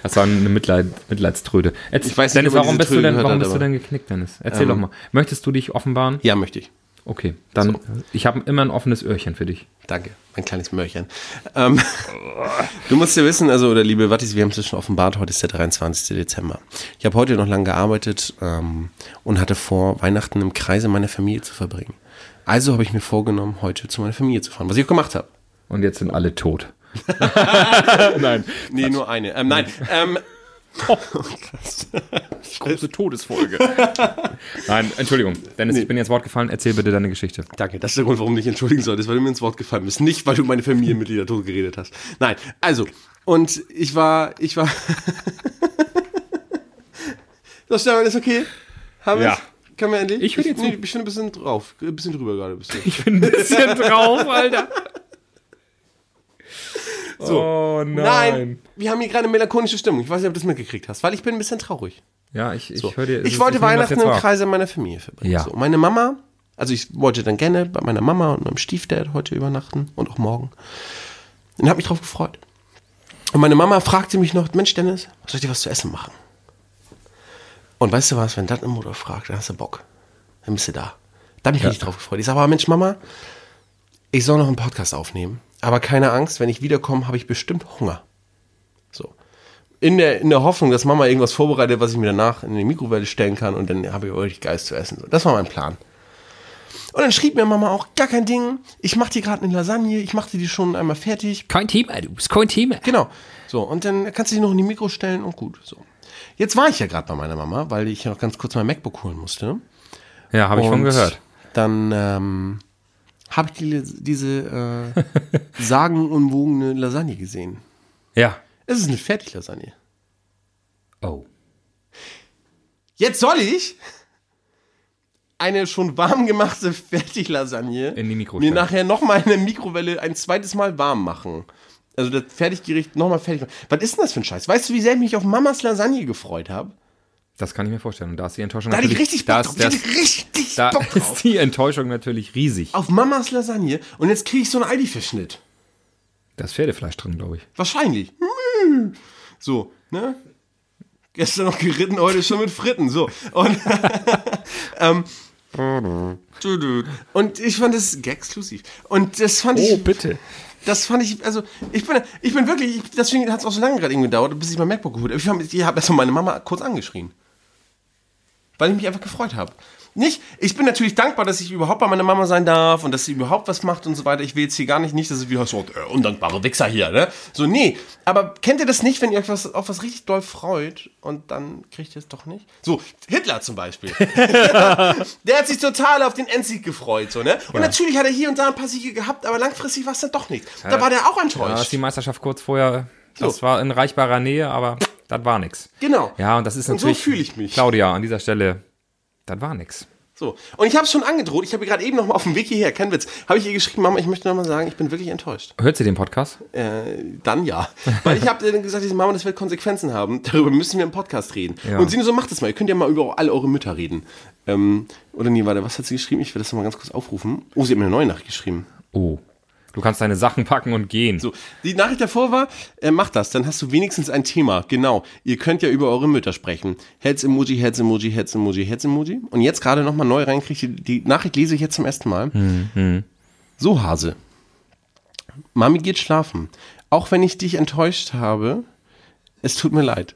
Speaker 2: Das war eine Mitleid, Mitleidströte. Erzähl,
Speaker 1: Ich weiß nicht,
Speaker 2: Dennis,
Speaker 1: ob man diese
Speaker 2: warum bist du
Speaker 1: Tröte
Speaker 2: denn,
Speaker 1: gehört
Speaker 2: warum
Speaker 1: hat,
Speaker 2: bist du
Speaker 1: aber- Ähm.
Speaker 2: denn geknickt, Dennis? Erzähl doch mal. Möchtest du dich offenbaren?
Speaker 1: Ja, möchte ich.
Speaker 2: Okay, dann ich habe immer ein offenes Öhrchen für dich.
Speaker 1: Danke, mein kleines Möhrchen. Ähm, du musst ja wissen, also, oder liebe Wattis, wir haben es ja schon offenbart, heute ist der 23. Dezember. Ich habe heute noch lange gearbeitet ähm, und hatte vor, Weihnachten im Kreise meiner Familie zu verbringen. Also habe ich mir vorgenommen, heute zu meiner Familie zu fahren, was ich auch gemacht habe.
Speaker 2: Und jetzt sind alle tot.
Speaker 1: Nee, nur eine. Ähm, nein, ähm, krass.
Speaker 2: Große Todesfolge. Nein, Entschuldigung. Dennis, ich bin jetzt Wort gefallen. Erzähl bitte deine Geschichte.
Speaker 1: Danke, das ist der Grund, warum du dich entschuldigen solltest, weil du mir ins Wort gefallen bist. Nicht, weil du meine Familienmitglieder tot geredet hast. Nein, also, und ich war, ich war. so, Stefan, ist okay? Haben wir
Speaker 2: Ja.
Speaker 1: Können wir endlich?
Speaker 2: Ich bin jetzt-
Speaker 1: nee, ich bin ein bisschen drauf, ein bisschen drüber gerade. Bist du.
Speaker 2: Ich bin ein bisschen drauf, Alter. So. Oh nein.
Speaker 1: Nein, wir haben hier gerade eine melancholische Stimmung. Ich weiß nicht, ob du das mitgekriegt hast, weil ich bin ein bisschen traurig.
Speaker 2: Ja, ich, ich
Speaker 1: So.
Speaker 2: höre dir. es
Speaker 1: ich
Speaker 2: ist-
Speaker 1: wollte
Speaker 2: nehme das
Speaker 1: Weihnachten
Speaker 2: jetzt
Speaker 1: im
Speaker 2: wahr.
Speaker 1: Kreise meiner Familie verbringen.
Speaker 2: Ja.
Speaker 1: So, meine Mama, also ich wollte dann gerne bei meiner Mama und meinem Stiefdad heute übernachten und auch morgen. Und habe mich drauf gefreut. Und meine Mama fragte mich noch, Mensch Dennis, soll ich dir was zu essen machen? Und weißt du was, wenn das eine Mutter fragt, dann hast du Bock. Dann bist du da. Da habe ich mich drauf gefreut. Ich sage aber, Mensch Mama, ich soll noch einen Podcast aufnehmen. Aber keine Angst, wenn ich wiederkomme, habe ich bestimmt Hunger. So. In der, in der Hoffnung, dass Mama irgendwas vorbereitet, was ich mir danach in die Mikrowelle stellen kann und dann habe ich richtig Geist zu essen. So, Das war mein Plan. Und dann schrieb mir Mama auch, gar kein Ding, ich mache dir gerade eine Lasagne, ich mache dir die schon einmal fertig,
Speaker 5: Kein Thema, du bist kein Thema.
Speaker 1: Genau. So, und dann kannst du dich noch in die Mikro stellen und gut. So. Jetzt war ich ja gerade bei meiner Mama, weil ich ja noch ganz kurz mein MacBook holen musste.
Speaker 2: Ja, habe ich von
Speaker 1: Und
Speaker 2: gehört.
Speaker 1: Dann ähm, habe ich die, diese äh, sagenumwogene Lasagne gesehen.
Speaker 2: Ja.
Speaker 1: Es ist eine Fertiglasagne.
Speaker 2: Oh.
Speaker 1: Jetzt soll ich eine schon warm gemachte Fertiglasagne
Speaker 2: In die Mikro
Speaker 1: mir
Speaker 2: stellen.
Speaker 1: nachher nochmal in der Mikrowelle ein zweites Mal warm machen. Also das Fertiggericht nochmal fertig machen. Was ist denn das für ein Scheiß? Weißt du, wie sehr ich mich auf Mamas Lasagne gefreut habe?
Speaker 2: Das kann ich mir vorstellen. Und da ist die Enttäuschung
Speaker 1: Da hatte ich
Speaker 2: natürlich-
Speaker 1: richtig
Speaker 2: da
Speaker 1: Bock
Speaker 2: ist-
Speaker 1: drauf.
Speaker 2: das-
Speaker 1: ich hatte richtig
Speaker 2: Da
Speaker 1: Bock drauf.
Speaker 2: ist die Enttäuschung natürlich riesig.
Speaker 1: Auf Mamas Lasagne. Und jetzt kriege ich so einen Aldi-Verschnitt.
Speaker 2: Da ist Pferdefleisch drin, glaube ich.
Speaker 1: Wahrscheinlich. Hm. So, ne? Gestern noch geritten, heute schon mit Fritten. So. Und, ähm, und ich fand das exklusiv. Und das fand ich.
Speaker 2: bitte.
Speaker 1: Das fand ich, also ich bin, ich bin wirklich, ich, deswegen hat es auch so lange gerade irgendwie gedauert, bis ich mein MacBook geholt habe. Ich habe ich hab erstmal meine Mama kurz angeschrien. Weil ich mich einfach gefreut habe. Nicht, ich bin natürlich dankbar, dass ich überhaupt bei meiner Mama sein darf und dass sie überhaupt was macht und so weiter. Ich will jetzt hier gar nicht, nicht, dass es wieder so äh, undankbare Wichser hier, ne? So, nee. Aber kennt ihr das nicht, wenn ihr euch was, auf was richtig doll freut und dann kriegt ihr es doch nicht? So, Hitler zum Beispiel. Der hat sich total auf den Endsieg gefreut, so, ne? Und natürlich hat er hier und da ein paar Siege gehabt, aber langfristig war es dann doch nichts. Da war der auch
Speaker 2: Da ist
Speaker 1: enttäuscht.
Speaker 2: die Meisterschaft kurz vorher. Das
Speaker 1: So.
Speaker 2: war in reichbarer Nähe, aber das war nix.
Speaker 1: genau.
Speaker 2: Ja, und das ist
Speaker 1: Und so
Speaker 2: natürlich.
Speaker 1: fühle ich mich.
Speaker 2: Claudia, an dieser Stelle, das war nix.
Speaker 1: So. Und ich habe es schon angedroht, ich habe ihr gerade eben nochmal auf dem Weg hierher, kein Witz, habe ich ihr geschrieben, Mama, ich möchte nochmal sagen, ich bin wirklich enttäuscht.
Speaker 2: Hört sie den Podcast?
Speaker 1: Äh, dann ja. Weil ich habe ihr dann gesagt, diese Mama, das wird Konsequenzen haben, darüber müssen wir im Podcast reden.
Speaker 2: Ja.
Speaker 1: Und sie nur so, macht das mal, ihr könnt ja mal über all eure Mütter reden. Ähm, oder nee, warte, was hat sie geschrieben? Ich will das nochmal ganz kurz aufrufen. Oh, sie hat mir eine neue Nachricht geschrieben.
Speaker 2: Oh. Du kannst deine Sachen packen und gehen.
Speaker 1: So, die Nachricht davor war, äh, mach das, dann hast du wenigstens ein Thema. Genau, ihr könnt ja über eure Mütter sprechen. Herz-Emoji, Herz-Emoji, Herz-Emoji, Herz-Emoji. Und jetzt gerade nochmal neu reinkriegt, die, die Nachricht lese ich jetzt zum ersten Mal. So, Hase. Mami geht schlafen. Auch wenn ich dich enttäuscht habe, es tut mir leid.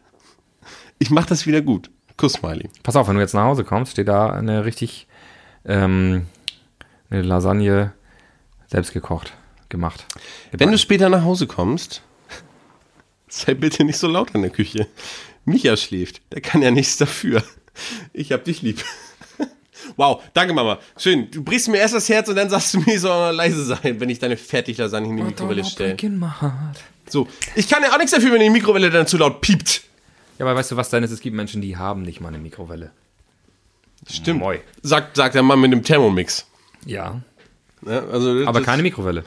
Speaker 1: Ich mach das wieder gut. Kuss, Smiley.
Speaker 2: Pass auf, wenn du jetzt nach Hause kommst, steht da eine richtig ähm, eine Lasagne selbst gekocht, gemacht.
Speaker 1: Wenn du später nach Hause kommst, sei bitte nicht so laut in der Küche. Micha schläft, der kann ja nichts dafür. Ich hab dich lieb. Wow, danke Mama. Schön, du brichst mir erst das Herz und dann sagst du mir, ich soll leise sein, wenn ich deine Fertiglasagne
Speaker 2: Oh,
Speaker 1: in die Mikrowelle stelle.
Speaker 2: Ja,
Speaker 1: So, ich kann ja auch nichts dafür, wenn die Mikrowelle dann zu laut piept.
Speaker 2: aber weißt du was, Dennis? Es gibt Menschen, die haben nicht mal eine Mikrowelle.
Speaker 1: Stimmt.
Speaker 2: Moi.
Speaker 1: Sagt, sagt der Mann mit dem Thermomix.
Speaker 2: Ja.
Speaker 1: Ne? Also, das-
Speaker 2: Aber
Speaker 1: das-
Speaker 2: keine Mikrowelle.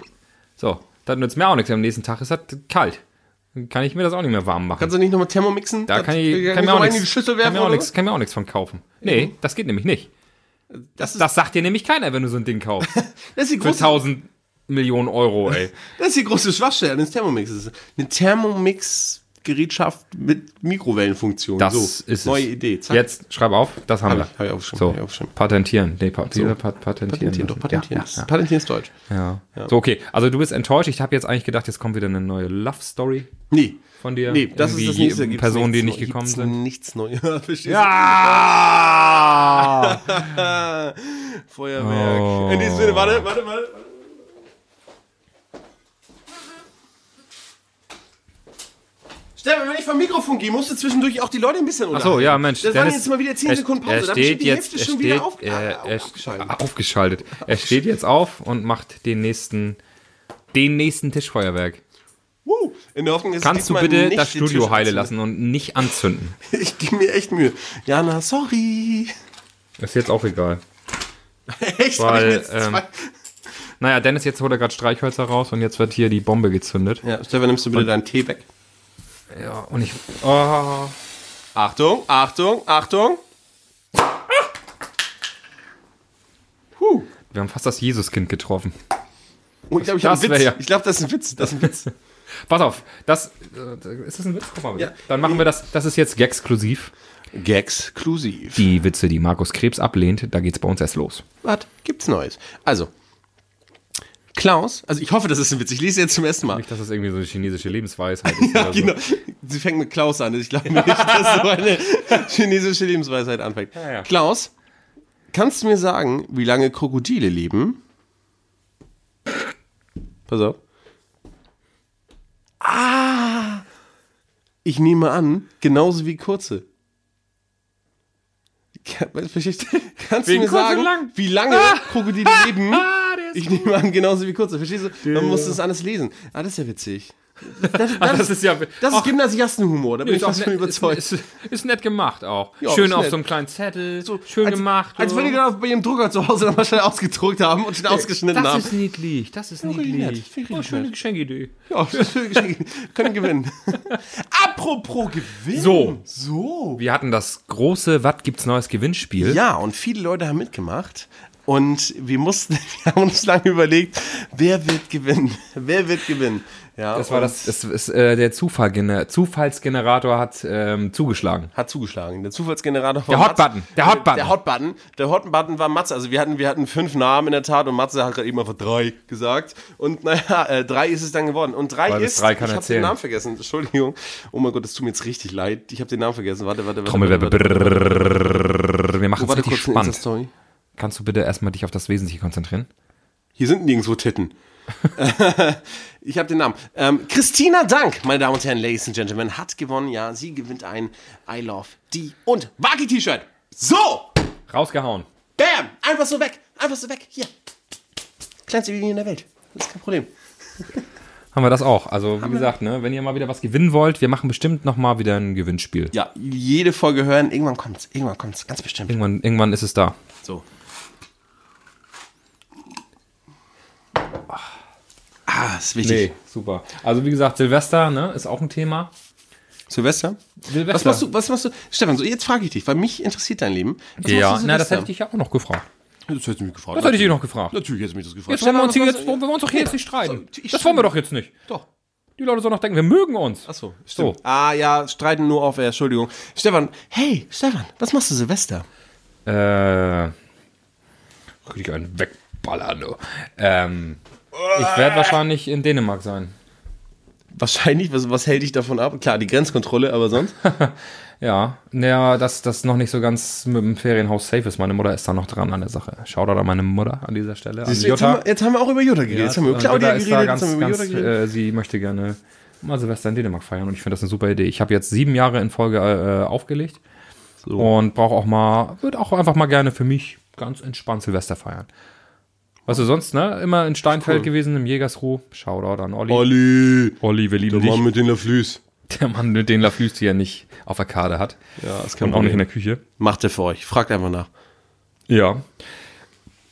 Speaker 2: So, das nützt mir auch nichts. Am nächsten Tag ist das kalt. Dann kann ich mir das auch nicht mehr warm machen.
Speaker 1: Kannst du nicht nochmal Thermomixen?
Speaker 2: da
Speaker 1: Das-
Speaker 2: kann ich, kann
Speaker 1: so
Speaker 2: mir auch
Speaker 1: rein in die
Speaker 2: nichts,
Speaker 1: Schüssel
Speaker 2: kann
Speaker 1: werfen
Speaker 2: mir auch
Speaker 1: oder
Speaker 2: nichts, kann mir auch nichts von kaufen. Nee, das geht nämlich nicht.
Speaker 1: was? Das ist,
Speaker 2: Das sagt dir nämlich keiner, wenn du so ein Ding kaufst.
Speaker 1: das ist die
Speaker 2: Für
Speaker 1: große
Speaker 2: 1000 Millionen Euro, ey.
Speaker 1: Das ist die große Schwachstelle eines Thermomixes. Eine Thermomix-Gerätschaft mit Mikrowellenfunktion.
Speaker 2: Das
Speaker 1: so,
Speaker 2: ist
Speaker 1: neue
Speaker 2: es.
Speaker 1: Idee. Zack.
Speaker 2: Jetzt schreib auf, das
Speaker 1: Hab
Speaker 2: haben wir.
Speaker 1: ich- hab ich aufgeschrieben,
Speaker 2: so.
Speaker 1: hab ich aufgeschrieben.
Speaker 2: Patentieren. Nee, pat pat patentieren.
Speaker 1: patentieren, doch patentieren.
Speaker 2: Ja,
Speaker 1: Das-
Speaker 2: ja, ja.
Speaker 1: Patentieren ist deutsch.
Speaker 2: Ja. So, okay. Also du bist enttäuscht. Ich habe jetzt eigentlich gedacht, jetzt kommt wieder eine neue Love Story
Speaker 1: Nee.
Speaker 2: von dir.
Speaker 1: Nee, das ist
Speaker 2: Irgendwie
Speaker 1: das nächste. Gibt's
Speaker 2: Personen, die
Speaker 1: nichts
Speaker 2: nicht gekommen
Speaker 1: Neues.
Speaker 2: sind.
Speaker 1: Gibt's Nichts Neues. Verstehst du?
Speaker 2: Ja!
Speaker 1: Feuerwerk.
Speaker 2: Oh.
Speaker 1: In diesem Sinne, warte, warte, warte. warte. Stefan, wenn ich vom Mikrofon gehe, musst du zwischendurch auch die Leute ein bisschen
Speaker 2: Achso, ja, Mensch.
Speaker 1: Das waren
Speaker 2: Dennis,
Speaker 1: jetzt mal wieder 10
Speaker 2: er-
Speaker 1: Sekunden Pause.
Speaker 2: Er
Speaker 1: Dann ist
Speaker 2: steht
Speaker 1: die
Speaker 2: jetzt,
Speaker 1: Hälfte
Speaker 2: er
Speaker 1: schon
Speaker 2: steht,
Speaker 1: wieder auf,
Speaker 2: er,
Speaker 1: äh,
Speaker 2: er,
Speaker 1: aufgeschaltet.
Speaker 2: aufgeschaltet. Er steht jetzt auf und macht den nächsten, den nächsten Tischfeuerwerk.
Speaker 1: Woo. In der Hoffnung, dass es
Speaker 2: Kannst du
Speaker 1: diesmal
Speaker 2: bitte
Speaker 1: nicht
Speaker 2: das
Speaker 1: den
Speaker 2: Studio
Speaker 1: Tisch
Speaker 2: heile
Speaker 1: anzündet.
Speaker 2: lassen und nicht anzünden?
Speaker 1: Ich gebe mir echt Mühe. Jana, sorry.
Speaker 2: Ist jetzt auch egal.
Speaker 1: Echt? hab
Speaker 2: Weil,
Speaker 1: ich jetzt
Speaker 2: ähm,
Speaker 1: zwei-
Speaker 2: Naja, Dennis, jetzt holt er gerade Streichhölzer raus und jetzt wird hier die Bombe gezündet.
Speaker 1: ja, Stefan, nimmst du bitte deinen Tee weg?
Speaker 2: Ja, und ich. Oh.
Speaker 1: Achtung, Achtung, Achtung.
Speaker 2: Wir haben fast das Jesuskind getroffen.
Speaker 1: Oh, ich glaube, ich
Speaker 2: Das
Speaker 1: habe einen
Speaker 2: wär
Speaker 1: Witz.
Speaker 2: ja-
Speaker 1: Ich glaube, das ist ein Witz. Das ist ein Witz.
Speaker 2: Pass auf, das. äh, Ist das ein Witz? Guck mal bitte.
Speaker 1: Ja.
Speaker 2: Dann machen wir das. Das ist jetzt exklusiv.
Speaker 1: Gexklusiv.
Speaker 2: Die Witze, die Markus Krebs ablehnt, da geht's bei uns erst los.
Speaker 1: Was gibt's Neues? Also, Klaus, also ich hoffe, das ist ein Witz. Ich lese jetzt zum ersten Mal.
Speaker 2: Nicht, dass das irgendwie so eine chinesische Lebensweisheit ist. oder so.
Speaker 1: Genau. Sie fängt mit Klaus an. Ich glaube nicht, dass so eine chinesische Lebensweisheit anfängt.
Speaker 2: ja.
Speaker 1: Klaus, kannst du mir sagen, wie lange Krokodile leben? Pass auf. Ah! Ich nehme an, genauso wie kurze. Kann- Verstehst du? Kannst du
Speaker 2: Wegen
Speaker 1: mir
Speaker 2: kurz und
Speaker 1: sagen,
Speaker 2: lang. Ah!
Speaker 1: wie lange Krokodile leben? Hm? ich nehme an, genauso wie kurze. Verstehst du? Man muss das alles lesen. Ah, das ist ja witzig. Das, das,
Speaker 2: das ist ja-
Speaker 1: das ist
Speaker 2: Ach.
Speaker 1: Gymnasiastenhumor, da bin ich
Speaker 2: Ist, auch
Speaker 1: fast von
Speaker 2: nett,
Speaker 1: überzeugt.
Speaker 2: ist, ist, ist nett gemacht auch.
Speaker 1: Ja,
Speaker 2: schön
Speaker 1: ist
Speaker 2: auf
Speaker 1: nett.
Speaker 2: so einem kleinen Zettel,
Speaker 1: So,
Speaker 2: schön
Speaker 1: als,
Speaker 2: gemacht.
Speaker 1: Als genau
Speaker 2: so.
Speaker 1: wenn die gerade bei ihrem Drucker zu Hause nochmal schnell ausgedruckt haben und schnell ausgeschnitten
Speaker 2: das
Speaker 1: haben.
Speaker 2: ist niedlich, das ist
Speaker 1: richtig nett,
Speaker 2: niedlich.
Speaker 1: finde ich
Speaker 2: Oh,
Speaker 1: richtig
Speaker 2: schöne
Speaker 1: nett.
Speaker 2: Geschenkidee.
Speaker 1: Ja, können gewinnen. Apropos gewinnen.
Speaker 2: So.
Speaker 1: So.
Speaker 2: Wir hatten das große Was gibt's neues Gewinnspiel.
Speaker 1: Ja, und viele Leute haben mitgemacht. Und wir mussten, wir haben uns lange überlegt, wer wird gewinnen? Wer wird gewinnen? Ja,
Speaker 2: Das war
Speaker 1: und
Speaker 2: das, das ist, äh, der Zufallgener Zufallsgenerator hat ähm, zugeschlagen.
Speaker 1: Hat zugeschlagen. Der Zufallsgenerator war
Speaker 2: Der Hotbutton,
Speaker 1: Mats.
Speaker 2: der Hotbutton.
Speaker 1: Der Hotbutton. Der Hotbutton war Matze. Also wir hatten, wir hatten fünf Namen in der Tat und Matze hat gerade eben einfach drei gesagt. Und naja, äh, drei ist es dann geworden. Und drei
Speaker 2: Weil bis
Speaker 1: ist.
Speaker 2: drei kann
Speaker 1: ich
Speaker 2: er
Speaker 1: habe den
Speaker 2: zählen.
Speaker 1: Namen vergessen. Entschuldigung. Oh mein Gott, das tut mir jetzt richtig leid. Ich habe den Namen vergessen. Warte, warte, warte.
Speaker 2: Trommelwerbe.
Speaker 1: Warte,
Speaker 2: Brrrr. Wir machen
Speaker 1: warte,
Speaker 2: es
Speaker 1: Oh, warte
Speaker 2: richtig
Speaker 1: kurz eine
Speaker 2: spannend.
Speaker 1: Insta-Story.
Speaker 2: Kannst du bitte erstmal dich auf das Wesentliche konzentrieren?
Speaker 1: Hier sind nirgendwo Titten. ich habe den Namen. Ähm, Christina Dank, meine Damen und Herren, Ladies and Gentlemen, hat gewonnen. Ja, sie gewinnt ein I Love D und Waki T-Shirt. So!
Speaker 2: Rausgehauen.
Speaker 1: Bam! Einfach so weg! Einfach so weg! Hier! Kleinste Video in der Welt. Das ist kein Problem.
Speaker 2: Haben wir das auch. Also, wie gesagt, ne, wenn ihr mal wieder was gewinnen wollt, wir machen bestimmt nochmal wieder ein Gewinnspiel.
Speaker 1: Ja, jede Folge hören. Irgendwann kommt's. Irgendwann kommt's. Ganz bestimmt.
Speaker 2: Irgendwann, irgendwann ist es da.
Speaker 1: So. Ah, ist wichtig.
Speaker 2: super. Also, wie gesagt, Silvester ne, ist auch ein Thema.
Speaker 1: Silvester?
Speaker 2: Silvester.
Speaker 1: Was machst du? Was machst du? Stefan, so jetzt frage ich dich, weil mich interessiert dein Leben. Was
Speaker 2: Ja,
Speaker 1: machst du
Speaker 2: na, das
Speaker 1: Silvester?
Speaker 2: hätte ich dich ja auch noch gefragt.
Speaker 1: Das hätte ich mich gefragt.
Speaker 2: Das hätte ich dich noch gefragt.
Speaker 1: Natürlich hätte ich mich das gefragt.
Speaker 2: Jetzt wollen wir uns, hier
Speaker 1: Stefan,
Speaker 2: jetzt,
Speaker 1: was-
Speaker 2: wollen wir uns doch hier jetzt nicht streiten.
Speaker 1: So, ich
Speaker 2: Das wollen wir doch jetzt nicht.
Speaker 1: Doch.
Speaker 2: Die Leute sollen doch denken, wir mögen uns.
Speaker 1: Achso,
Speaker 2: So.
Speaker 1: stimmt. Ah ja, streiten nur auf, äh, Entschuldigung. Stefan, hey, Stefan, was machst du Silvester?
Speaker 2: Äh. Richtig einen wegballern, du. Ähm. Ich werde wahrscheinlich in Dänemark sein.
Speaker 1: Wahrscheinlich, was, was hält dich davon ab? Klar, die Grenzkontrolle, aber sonst?
Speaker 2: Ja, naja, dass das noch nicht so ganz mit dem Ferienhaus safe ist. Meine Mutter ist da noch dran an der Sache. Shoutout an meine Mutter an dieser Stelle. An
Speaker 1: Jetzt haben, wir, jetzt haben wir auch über Jutta geredet. jetzt haben wir über
Speaker 2: Und
Speaker 1: Claudia
Speaker 2: Jutta ist
Speaker 1: geredet.
Speaker 2: ähm, da
Speaker 1: jetzt haben
Speaker 2: ganz,
Speaker 1: wir über
Speaker 2: ganz,
Speaker 1: Jutta geredet.
Speaker 2: äh, sie möchte gerne mal Silvester in Dänemark feiern und ich finde das eine super Idee. Ich habe jetzt sieben Jahre in Folge äh, aufgelegt und brauche auch mal, würde auch einfach mal gerne für mich ganz entspannt Silvester feiern. Was du sonst, ne? Immer in Steinfeld gewesen, im Jägersruh. Shoutout an Olli. Olli,
Speaker 1: Olli,
Speaker 2: wir lieben dich.
Speaker 1: mit den Laflüs.
Speaker 2: Der Mann, mit den Laflüs, die er nicht auf der Karte hat.
Speaker 1: Ja, das
Speaker 2: und
Speaker 1: kann
Speaker 2: auch
Speaker 1: man
Speaker 2: nicht in der Küche.
Speaker 1: Macht er für euch. Fragt einfach nach.
Speaker 2: Ja.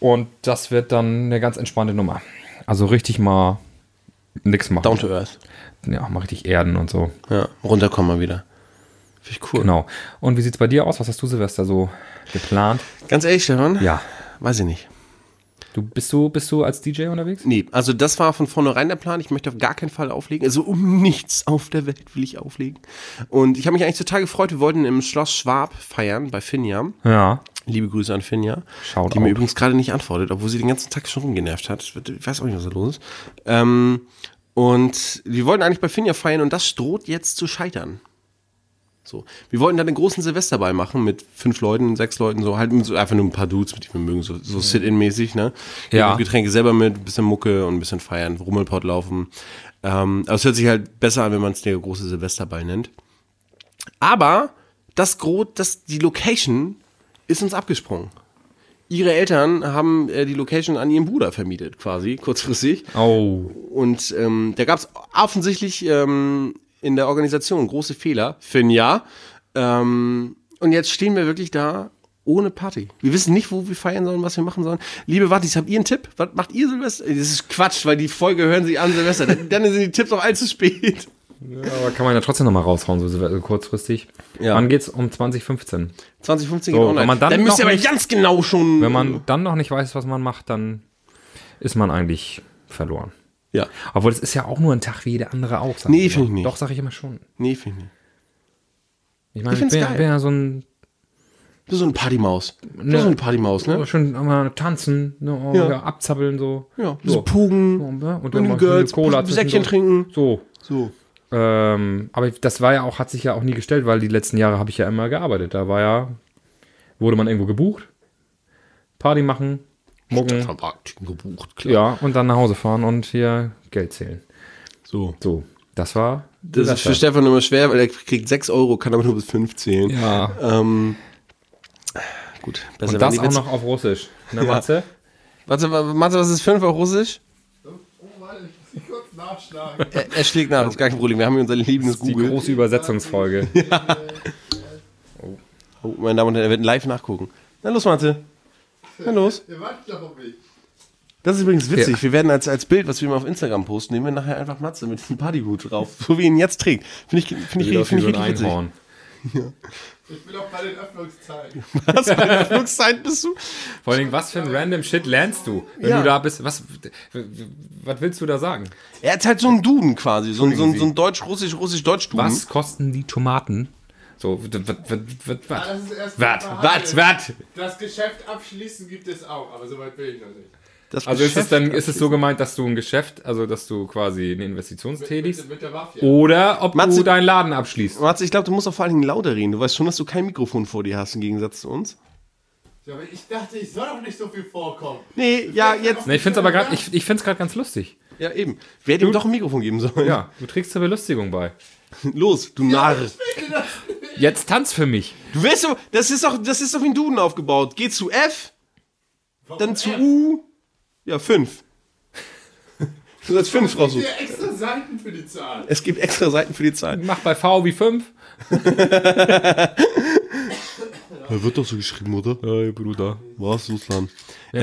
Speaker 2: Und das wird dann eine ganz entspannte Nummer. Also richtig mal nix machen.
Speaker 1: Down to earth.
Speaker 2: ja, mal richtig erden und so.
Speaker 1: Ja, runterkommen wir wieder. Finde ich cool.
Speaker 2: Genau. Und wie sieht's bei dir aus? Was hast du Silvester so geplant?
Speaker 1: Ganz ehrlich, Stefan,
Speaker 2: Ja.
Speaker 1: Weiß ich nicht.
Speaker 2: Du bist du, bist du als DJ unterwegs?
Speaker 1: Nee, also das war von vornherein der Plan. Ich möchte auf gar keinen Fall auflegen. Also um nichts auf der Welt will ich auflegen. Und ich habe mich eigentlich total gefreut. Wir wollten im Schloss Schwab feiern bei Finja.
Speaker 2: Ja.
Speaker 1: Liebe Grüße an Finja,
Speaker 2: Shoutout.
Speaker 1: die mir übrigens gerade nicht antwortet, obwohl sie den ganzen Tag schon rumgenervt hat. Ich weiß auch nicht, was da los ist. Ähm, und wir wollten eigentlich bei Finja feiern und das droht jetzt zu scheitern. So. Wir wollten dann einen großen Silvesterball machen mit fünf Leuten, sechs Leuten, so halt mit so einfach nur ein paar Dudes, mit die wir mögen, so, so Sit-In-mäßig, ne?
Speaker 2: Ja.
Speaker 1: Getränke selber mit, ein bisschen Mucke und ein bisschen feiern, Rummelpott laufen. Ähm, aber es hört sich halt besser an, wenn man es der große Silvesterball nennt. Aber das Gro das, die Location ist uns abgesprungen. Ihre Eltern haben äh, die Location an ihren Bruder vermietet, quasi, kurzfristig.
Speaker 2: Oh.
Speaker 1: Und ähm, da gab es offensichtlich ähm, in der Organisation große Fehler für ein Jahr. Ähm, und jetzt stehen wir wirklich da ohne Party. Wir wissen nicht, wo wir feiern sollen, was wir machen sollen. Liebe Wattis, habt ihr einen Tipp? Was macht ihr Silvester? Das ist Quatsch, weil die Folge hören sie an Silvester. Dann dann sind die Tipps auch allzu spät.
Speaker 2: Ja, aber kann man ja trotzdem nochmal raushauen, so so kurzfristig.
Speaker 1: Ja.
Speaker 2: Wann geht's um 2015?
Speaker 1: 2015
Speaker 2: So,
Speaker 1: geht online.
Speaker 2: wenn man dann
Speaker 1: müsst ihr
Speaker 2: noch
Speaker 1: aber
Speaker 2: nicht-
Speaker 1: ganz genau schon.
Speaker 2: Wenn man dann noch nicht weiß, was man macht, dann ist man eigentlich verloren.
Speaker 1: ja.
Speaker 2: Obwohl, es ist ja auch nur ein Tag wie jeder andere auch. Sag
Speaker 1: Nee,
Speaker 2: ich
Speaker 1: finde
Speaker 2: immer.
Speaker 1: ich nicht.
Speaker 2: Doch, sag ich immer schon.
Speaker 1: Nee, finde ich nicht.
Speaker 2: Ich meine, ich,
Speaker 1: find's
Speaker 2: bin, ja-
Speaker 1: geil.
Speaker 2: bin ja so ein
Speaker 1: Du bist so eine Partymaus. Du bist so eine Partymaus, ne?
Speaker 2: schon immer tanzen, ne, oh,
Speaker 1: Ja.
Speaker 2: ja. abzappeln so.
Speaker 1: Ja, so
Speaker 2: so.
Speaker 1: Pugen,
Speaker 2: ne, Und
Speaker 1: und
Speaker 2: dann mal
Speaker 1: Girls,
Speaker 2: schöne Cola
Speaker 1: ein Säckchen
Speaker 2: zwischendurch.
Speaker 1: trinken.
Speaker 2: So.
Speaker 1: So.
Speaker 2: Ähm, aber das war ja auch, hat sich ja auch nie gestellt, weil die letzten Jahre habe ich ja immer gearbeitet. Da war ja, wurde man irgendwo gebucht, Party machen, mucken,
Speaker 1: Vermarktung gebucht, klar.
Speaker 2: ja, und dann nach Hause fahren und hier Geld zählen.
Speaker 1: So.
Speaker 2: So, das war.
Speaker 1: Das ist für Stefan immer schwer, weil er kriegt 6 Euro, kann aber nur bis 5 zählen.
Speaker 2: ja.
Speaker 1: Ähm, gut. Besser
Speaker 2: Und das
Speaker 1: wenn die
Speaker 2: auch
Speaker 1: Witz-
Speaker 2: noch auf Russisch. Ne, Matze?
Speaker 1: Warte, wa- Matze, was ist 5 auf Russisch?
Speaker 6: Oh
Speaker 1: Er, er schlägt nach, ist gar kein Problem. Wir haben hier unser liebendes
Speaker 2: Die
Speaker 1: Google.
Speaker 2: große Übersetzungsfolge.
Speaker 1: Oh, meine Damen und Herren, er wird live nachgucken. Na los, Matze. Na los.
Speaker 6: Ihr wartet doch auf mich.
Speaker 1: Das ist übrigens witzig.
Speaker 2: Ja.
Speaker 1: Wir werden als, als Bild, was wir mal auf Instagram posten, nehmen wir nachher einfach Matze mit dem Partyhut drauf, so wie ihn jetzt trägt. Finde ich, finde ich, finde ich richtig witzig.
Speaker 6: Ich bin auch bei den Öffnungszeiten.
Speaker 1: Was für eine Flugzeit bist du?
Speaker 2: Vor allem, was für ein random Shit lernst du, wenn
Speaker 1: Ja.
Speaker 2: du da bist? Was, was willst du da sagen?
Speaker 1: Er ist halt so ein Duden quasi, so ein, so ein, so ein deutsch-russisch-russisch-deutsch-Duden.
Speaker 2: Was kosten die Tomaten? So,
Speaker 6: Ah, das ist erst
Speaker 2: was,
Speaker 6: mal
Speaker 2: was, was?
Speaker 6: Das Geschäft abschließen gibt es auch, aber soweit bin ich noch nicht.
Speaker 1: Das
Speaker 2: Also ist es
Speaker 1: Geschäft-
Speaker 2: dann, ist es so gemeint, dass du ein Geschäft, also dass du quasi eine Investition tätigst?
Speaker 6: Mit, mit der Mafia.
Speaker 2: Oder ob
Speaker 1: Matze-
Speaker 2: du deinen Laden abschließt?
Speaker 1: Matze, ich glaube, du musst auch vor allen Dingen lauter reden. Du weißt schon, dass du kein Mikrofon vor dir hast im Gegensatz zu uns.
Speaker 6: Ja, aber ich dachte, ich soll doch nicht so viel vorkommen.
Speaker 1: Nee, ja, jetzt.
Speaker 2: Ne, ich find's aber grad, ich, ich find's grad ganz lustig.
Speaker 1: Ja, eben. Wer hätte ihm doch ein Mikrofon geben sollen.
Speaker 2: Ja, du trägst zur Belustigung bei.
Speaker 1: Los, du Narr.
Speaker 2: Jetzt tanz für mich.
Speaker 1: Du weißt doch, das ist doch, das ist doch wie ein Duden aufgebaut. Geh zu F, dann zu U. Ja, 5. Du sollst 5 raussuchen.
Speaker 6: Hier extra Seiten für die Zahl.
Speaker 1: Es gibt extra Seiten für die Zahlen.
Speaker 2: Mach bei V wie 5.
Speaker 1: Wird doch so geschrieben, oder?
Speaker 2: Hey, Bruder.
Speaker 1: Was, Ruslan?
Speaker 2: Wir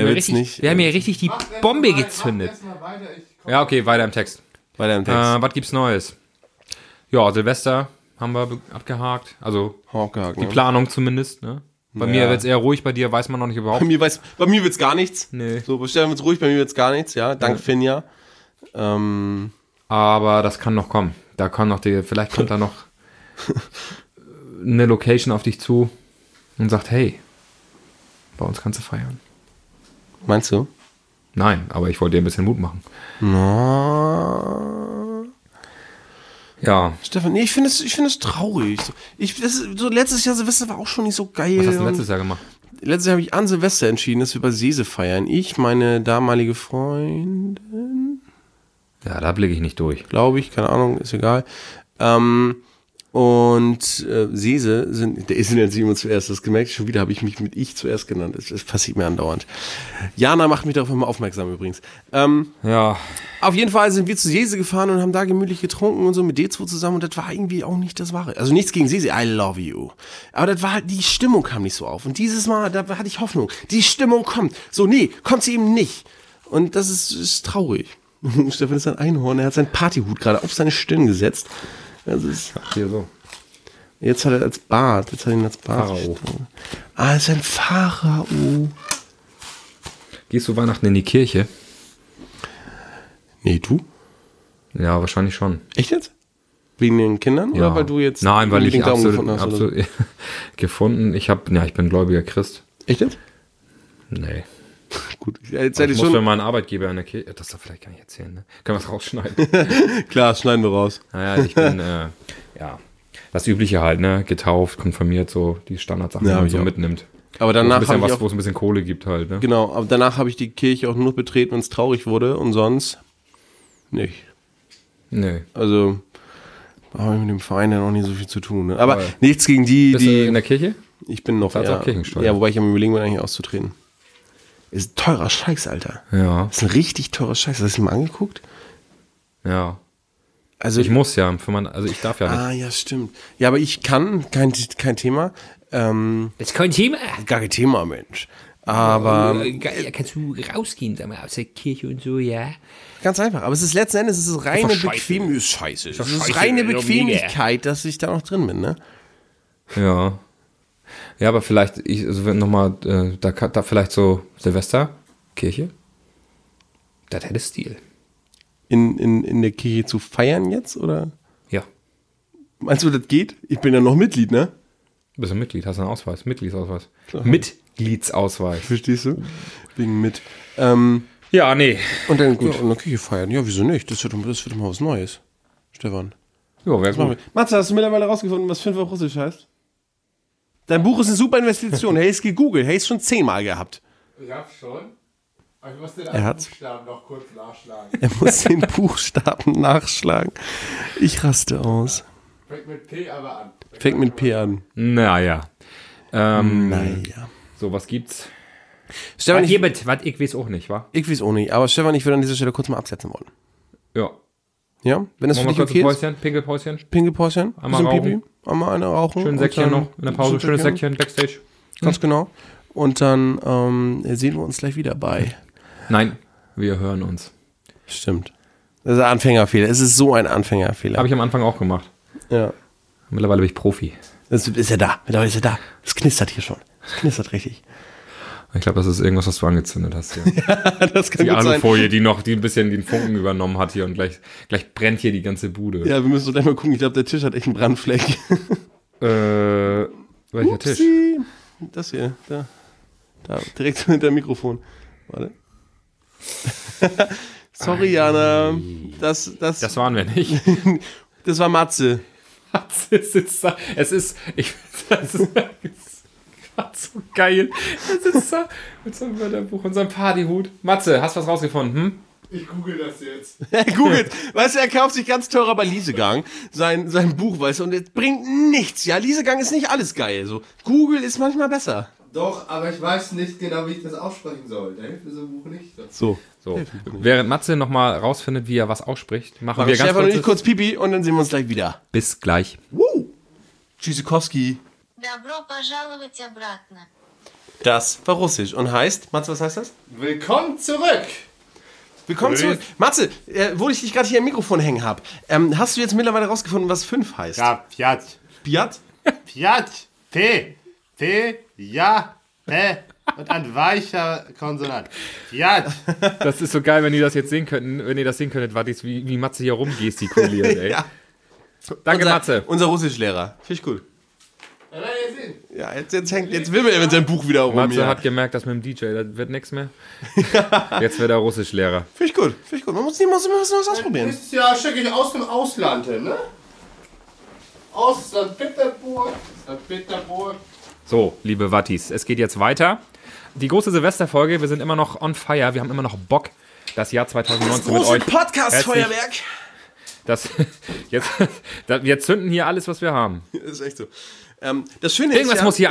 Speaker 1: Er
Speaker 2: haben, hier
Speaker 1: will's
Speaker 2: richtig,
Speaker 1: nicht.
Speaker 2: wir haben hier richtig die Bombe gezündet.
Speaker 6: Erstmal weiter, ich komm.
Speaker 2: Ja, okay, weiter im Text.
Speaker 1: Weiter im
Speaker 2: Äh,
Speaker 1: Text.
Speaker 2: was gibt's Neues? Ja, Silvester haben wir be- abgehakt. Also
Speaker 1: Hawkehakt,
Speaker 2: die
Speaker 1: ne?
Speaker 2: Planung zumindest, ne? Bei mir wird's eher ruhig, bei dir weiß man noch nicht
Speaker 1: Bei
Speaker 2: überhaupt.
Speaker 1: mir, weiß, bei mir wird's gar nichts.
Speaker 2: Nee.
Speaker 1: So, bei Stefan wird's ruhig, bei mir wird's gar nichts, ja. Dank Finja. Ähm,
Speaker 2: Aber das kann noch kommen. Da kann noch die, vielleicht kommt da noch eine Location auf dich zu und sagt, hey, bei uns kannst du feiern.
Speaker 1: meinst du?
Speaker 2: Nein, aber ich wollte dir ein bisschen Mut machen.
Speaker 1: Na.
Speaker 2: Ja.
Speaker 1: Ah. Stefan, nee, ich finde es, ich finde es traurig. So, Ich, das, ist- so letztes Jahr Silvester war auch schon nicht so geil.
Speaker 2: Was hast du denn
Speaker 1: und-
Speaker 2: letztes Jahr gemacht?
Speaker 1: letztes Jahr habe ich an Silvester entschieden, dass wir bei Sese feiern. Ich, meine damalige Freundin,
Speaker 2: Ja, da blicke ich nicht durch.
Speaker 1: glaube ich, keine Ahnung, ist egal. Ähm, und äh, Sese sind, der ist jetzt immer zuerst, das gemerkt, schon wieder habe ich mich mit ich zuerst genannt. Das, das passiert mir andauernd. Jana macht mich darauf immer aufmerksam übrigens. Ähm,
Speaker 2: Ja.
Speaker 1: Auf jeden Fall sind wir zu Jese gefahren und haben da gemütlich getrunken und so mit D2 zusammen und das war irgendwie auch nicht das Wahre. Also nichts gegen Jese, I love you. Aber das war halt, die Stimmung kam nicht so auf. Und dieses Mal, da hatte ich Hoffnung. Die Stimmung kommt. So, nee, kommt sie eben nicht. Und das ist, ist traurig. Stefan ist ein Einhorn, er hat seinen Partyhut gerade auf seine Stirn gesetzt. Das ist,
Speaker 2: Hier so.
Speaker 1: jetzt hat er als Bart, jetzt hat er ihn als Bart.
Speaker 2: Pharao.
Speaker 1: Ah, ist ein Pharao.
Speaker 2: Gehst du Weihnachten in die Kirche?
Speaker 1: Nee, du?
Speaker 2: Ja, wahrscheinlich schon.
Speaker 1: Echt jetzt? Wegen den Kindern
Speaker 2: Ja.
Speaker 1: oder weil du jetzt
Speaker 2: Nein, weil
Speaker 1: den
Speaker 2: ich
Speaker 1: Daumen
Speaker 2: absolut,
Speaker 1: gefunden hast? oder so?
Speaker 2: absolut gefunden. Ich habe, ja, ich bin gläubiger Christ.
Speaker 1: Echt jetzt?
Speaker 2: Nee.
Speaker 1: Gut. Ja, Jetzt seid
Speaker 2: Ich
Speaker 1: ihr
Speaker 2: muss für
Speaker 1: schon.
Speaker 2: meinen Arbeitgeber in der Kirche. Das darf vielleicht gar nicht erzählen, ne? Können wir es rausschneiden?
Speaker 1: Klar, schneiden wir raus.
Speaker 2: Naja, ich bin, äh, ja, das Übliche halt, ne? Getauft, konfirmiert, so die Standardsachen,
Speaker 1: Ja,
Speaker 2: die man so
Speaker 1: ja.
Speaker 2: mitnimmt.
Speaker 1: Aber
Speaker 2: Wo es ein
Speaker 1: danach
Speaker 2: bisschen
Speaker 1: habe ich
Speaker 2: was,
Speaker 1: auch,
Speaker 2: wo es ein bisschen Kohle gibt halt, ne?
Speaker 1: genau, aber danach habe ich die Kirche auch nur noch betreten, wenn es traurig wurde und sonst nicht.
Speaker 2: Nee.
Speaker 1: Also habe ich mit dem Verein ja noch nicht so viel zu tun. Ne? Aber
Speaker 2: Voll.
Speaker 1: nichts gegen die,
Speaker 2: Bist du in
Speaker 1: die
Speaker 2: der Kirche?
Speaker 1: ich bin noch
Speaker 2: Zahlst du
Speaker 1: ja,
Speaker 2: auch Kirchensteuer?
Speaker 1: ja, wobei ich am überlegen bin, eigentlich auszutreten. Ist ein teurer Scheiß, Alter.
Speaker 2: Ja,
Speaker 1: Das ist ein richtig teurer Scheiß. Hast du das mal angeguckt?
Speaker 2: ja.
Speaker 1: Also
Speaker 2: Ich muss ja, für mein, also ich darf ja nicht.
Speaker 1: Ah, ja, stimmt. Ja, aber ich kann, kein, kein Thema. Ähm,
Speaker 5: Das ist kein Thema.
Speaker 1: gar kein Thema, Mensch. Aber
Speaker 5: Äh, geil, kannst du rausgehen, sag mal, aus der Kirche und so, ja.
Speaker 1: Ganz einfach. Aber es ist letzten Endes es ist reine
Speaker 5: Verscheiße.
Speaker 1: Bequem ist scheiße. Es ist
Speaker 5: Verscheiße,
Speaker 1: reine
Speaker 5: Junge.
Speaker 1: Bequemlichkeit, dass ich da noch drin bin, ne?
Speaker 2: Ja. Ja, aber vielleicht, ich, also wenn nochmal, äh, da, ka- da vielleicht so Silvester, Kirche.
Speaker 5: Das hätte Stil.
Speaker 1: In, in, in der Kirche zu feiern jetzt oder?
Speaker 2: Ja.
Speaker 1: Meinst du, das geht? Ich bin ja noch Mitglied, ne?
Speaker 2: Bist du Mitglied, hast du einen Ausweis, Mitgliedsausweis. Mitgliedsausweis.
Speaker 1: Verstehst du? Wegen mit. Ähm,
Speaker 2: Ja, nee.
Speaker 1: und dann gut. Ja, in der Kirche feiern. Ja, wieso nicht? Das wird, das wird mal was Neues. Stefan.
Speaker 2: Jo, wäre
Speaker 1: Machen
Speaker 2: gut.
Speaker 1: wir. Matze, hast du mittlerweile rausgefunden, was 5 auf Russisch heißt? Dein Buch ist eine super Investition. Hey, ist gegoogelt. Hey, ist schon zehnmal gehabt.
Speaker 6: Ich hab's schon. Aber ich musste den
Speaker 1: Er hat's.
Speaker 6: Buchstaben noch kurz nachschlagen.
Speaker 1: Er muss den Buchstaben nachschlagen. Ich raste aus.
Speaker 6: Fängt mit P aber an.
Speaker 1: Fängt mit P an.
Speaker 2: Naja. Ähm,
Speaker 1: Naja.
Speaker 2: So, was gibt's?
Speaker 1: Stefan, ich,
Speaker 2: mit, was ich weiß auch nicht, wa?
Speaker 1: ich weiß auch nicht, aber Stefan, ich würde an dieser Stelle kurz mal absetzen wollen.
Speaker 2: Ja.
Speaker 1: Ja? Wenn das für
Speaker 2: Machen wir
Speaker 1: dich okay
Speaker 2: kurz ein
Speaker 1: Oh, ist,
Speaker 2: Päuschen, Pinkelpäuschen.
Speaker 1: Pinkelpäuschen,
Speaker 2: Einmal
Speaker 1: bisschen
Speaker 2: rauchen.
Speaker 1: einmal eine rauchen.
Speaker 2: Schön
Speaker 1: und
Speaker 2: Säckchen
Speaker 1: dann-
Speaker 2: noch in der Pause,
Speaker 1: schön
Speaker 2: schönes Säckchen, Backstage.
Speaker 1: Ganz genau. Und dann ähm, sehen wir uns gleich wieder bei.
Speaker 2: Nein, wir hören uns.
Speaker 1: Stimmt. Das ist ein Anfängerfehler. Es ist so ein Anfängerfehler.
Speaker 2: Habe ich am Anfang auch gemacht.
Speaker 1: ja.
Speaker 2: Mittlerweile bin ich Profi.
Speaker 1: Es ist ja da. Mittlerweile ist er da. Es knistert hier schon. Es knistert richtig.
Speaker 2: Ich glaube, das ist irgendwas, was du angezündet hast hier.
Speaker 1: Das kann
Speaker 2: Die Alufolie, die noch, die ein bisschen den Funken übernommen hat hier und gleich, gleich brennt hier die ganze Bude.
Speaker 1: Ja, wir müssen doch gleich mal gucken. Ich glaube, der Tisch hat echt einen Brandfleck.
Speaker 2: Äh, welcher Tisch?
Speaker 1: Upsi. Das hier. Da. Da. Direkt hinter dem Mikrofon. Warte. Sorry, Jana. Das, das,
Speaker 2: Das
Speaker 1: das,
Speaker 2: waren wir nicht.
Speaker 1: war Matze.
Speaker 2: Es sitzt da, es ist, ich, das ist grad so geil. Er sitzt da mit seinem Wörterbuch und seinem Partyhut. Matze, hast was rausgefunden? Hm?
Speaker 6: Ich google das jetzt.
Speaker 1: Er googelt. Weißt du, er kauft sich ganz teurer bei Liesegang sein, sein Buch, weißt du, und es bringt nichts. Ja, Liesegang ist nicht alles geil. So, Google ist manchmal besser.
Speaker 6: Doch, aber ich weiß nicht genau, wie ich das aussprechen soll. Da hilft mir so ein Buch nicht.
Speaker 1: So.
Speaker 2: So, während Matze nochmal rausfindet, wie er was ausspricht, machen
Speaker 1: Wir
Speaker 2: wir ganz
Speaker 1: Stefan und ich
Speaker 2: kurz,
Speaker 1: kurz Pipi und dann sehen wir uns gleich wieder.
Speaker 2: bis gleich.
Speaker 1: Woo! Tschüssikowski.
Speaker 7: Добро пожаловать обратно.
Speaker 1: Das war Russisch und heißt, Matze, was heißt das?
Speaker 6: Willkommen zurück!
Speaker 1: Willkommen
Speaker 6: Grüß.
Speaker 1: zurück. Matze, äh, wo ich dich gerade hier im Mikrofon hängen habe, ähm, hast du jetzt mittlerweile rausgefunden, was 5 heißt?
Speaker 6: Ja, Piat.
Speaker 1: Biat?
Speaker 6: Piat. P. P. Ja. P. Und ein weicher Konsonant. Piat.
Speaker 2: Das ist so geil, wenn ihr das jetzt sehen könnten, wenn ihr das sehen könntet, Wattis, wie, wie Matze hier rumgestikuliert, ey.
Speaker 1: Ja.
Speaker 2: Danke,
Speaker 1: unser,
Speaker 2: Matze.
Speaker 1: Unser Russischlehrer. Finde ich cool.
Speaker 6: Ja, da ihr sehen.
Speaker 1: Ja, jetzt, jetzt, hängt, jetzt will er mit seinem Buch wieder rum.
Speaker 2: Matze
Speaker 1: ja.
Speaker 2: hat gemerkt, dass mit dem DJ, das wird nichts mehr. Jetzt wird er Russischlehrer.
Speaker 1: Finde ich gut. Finde ich gut. Man muss, man muss immer was Neues ausprobieren.
Speaker 6: Nächstes Jahr schicke ich aus dem Ausland hin, ne? Aus St. Peterburg. St. Peterburg.
Speaker 2: So, liebe Wattis, es geht jetzt weiter. Die große Silvesterfolge, wir sind immer noch on fire, wir haben immer noch Bock, das Jahr 2019 mit
Speaker 1: Große
Speaker 2: euch.
Speaker 1: Podcast-Feuerwerk.
Speaker 2: Das, jetzt, da, wir zünden hier alles, was wir haben.
Speaker 1: Das ist echt so. Ähm, das, Schöne ist
Speaker 2: Irgendwas
Speaker 1: ja,
Speaker 2: muss hier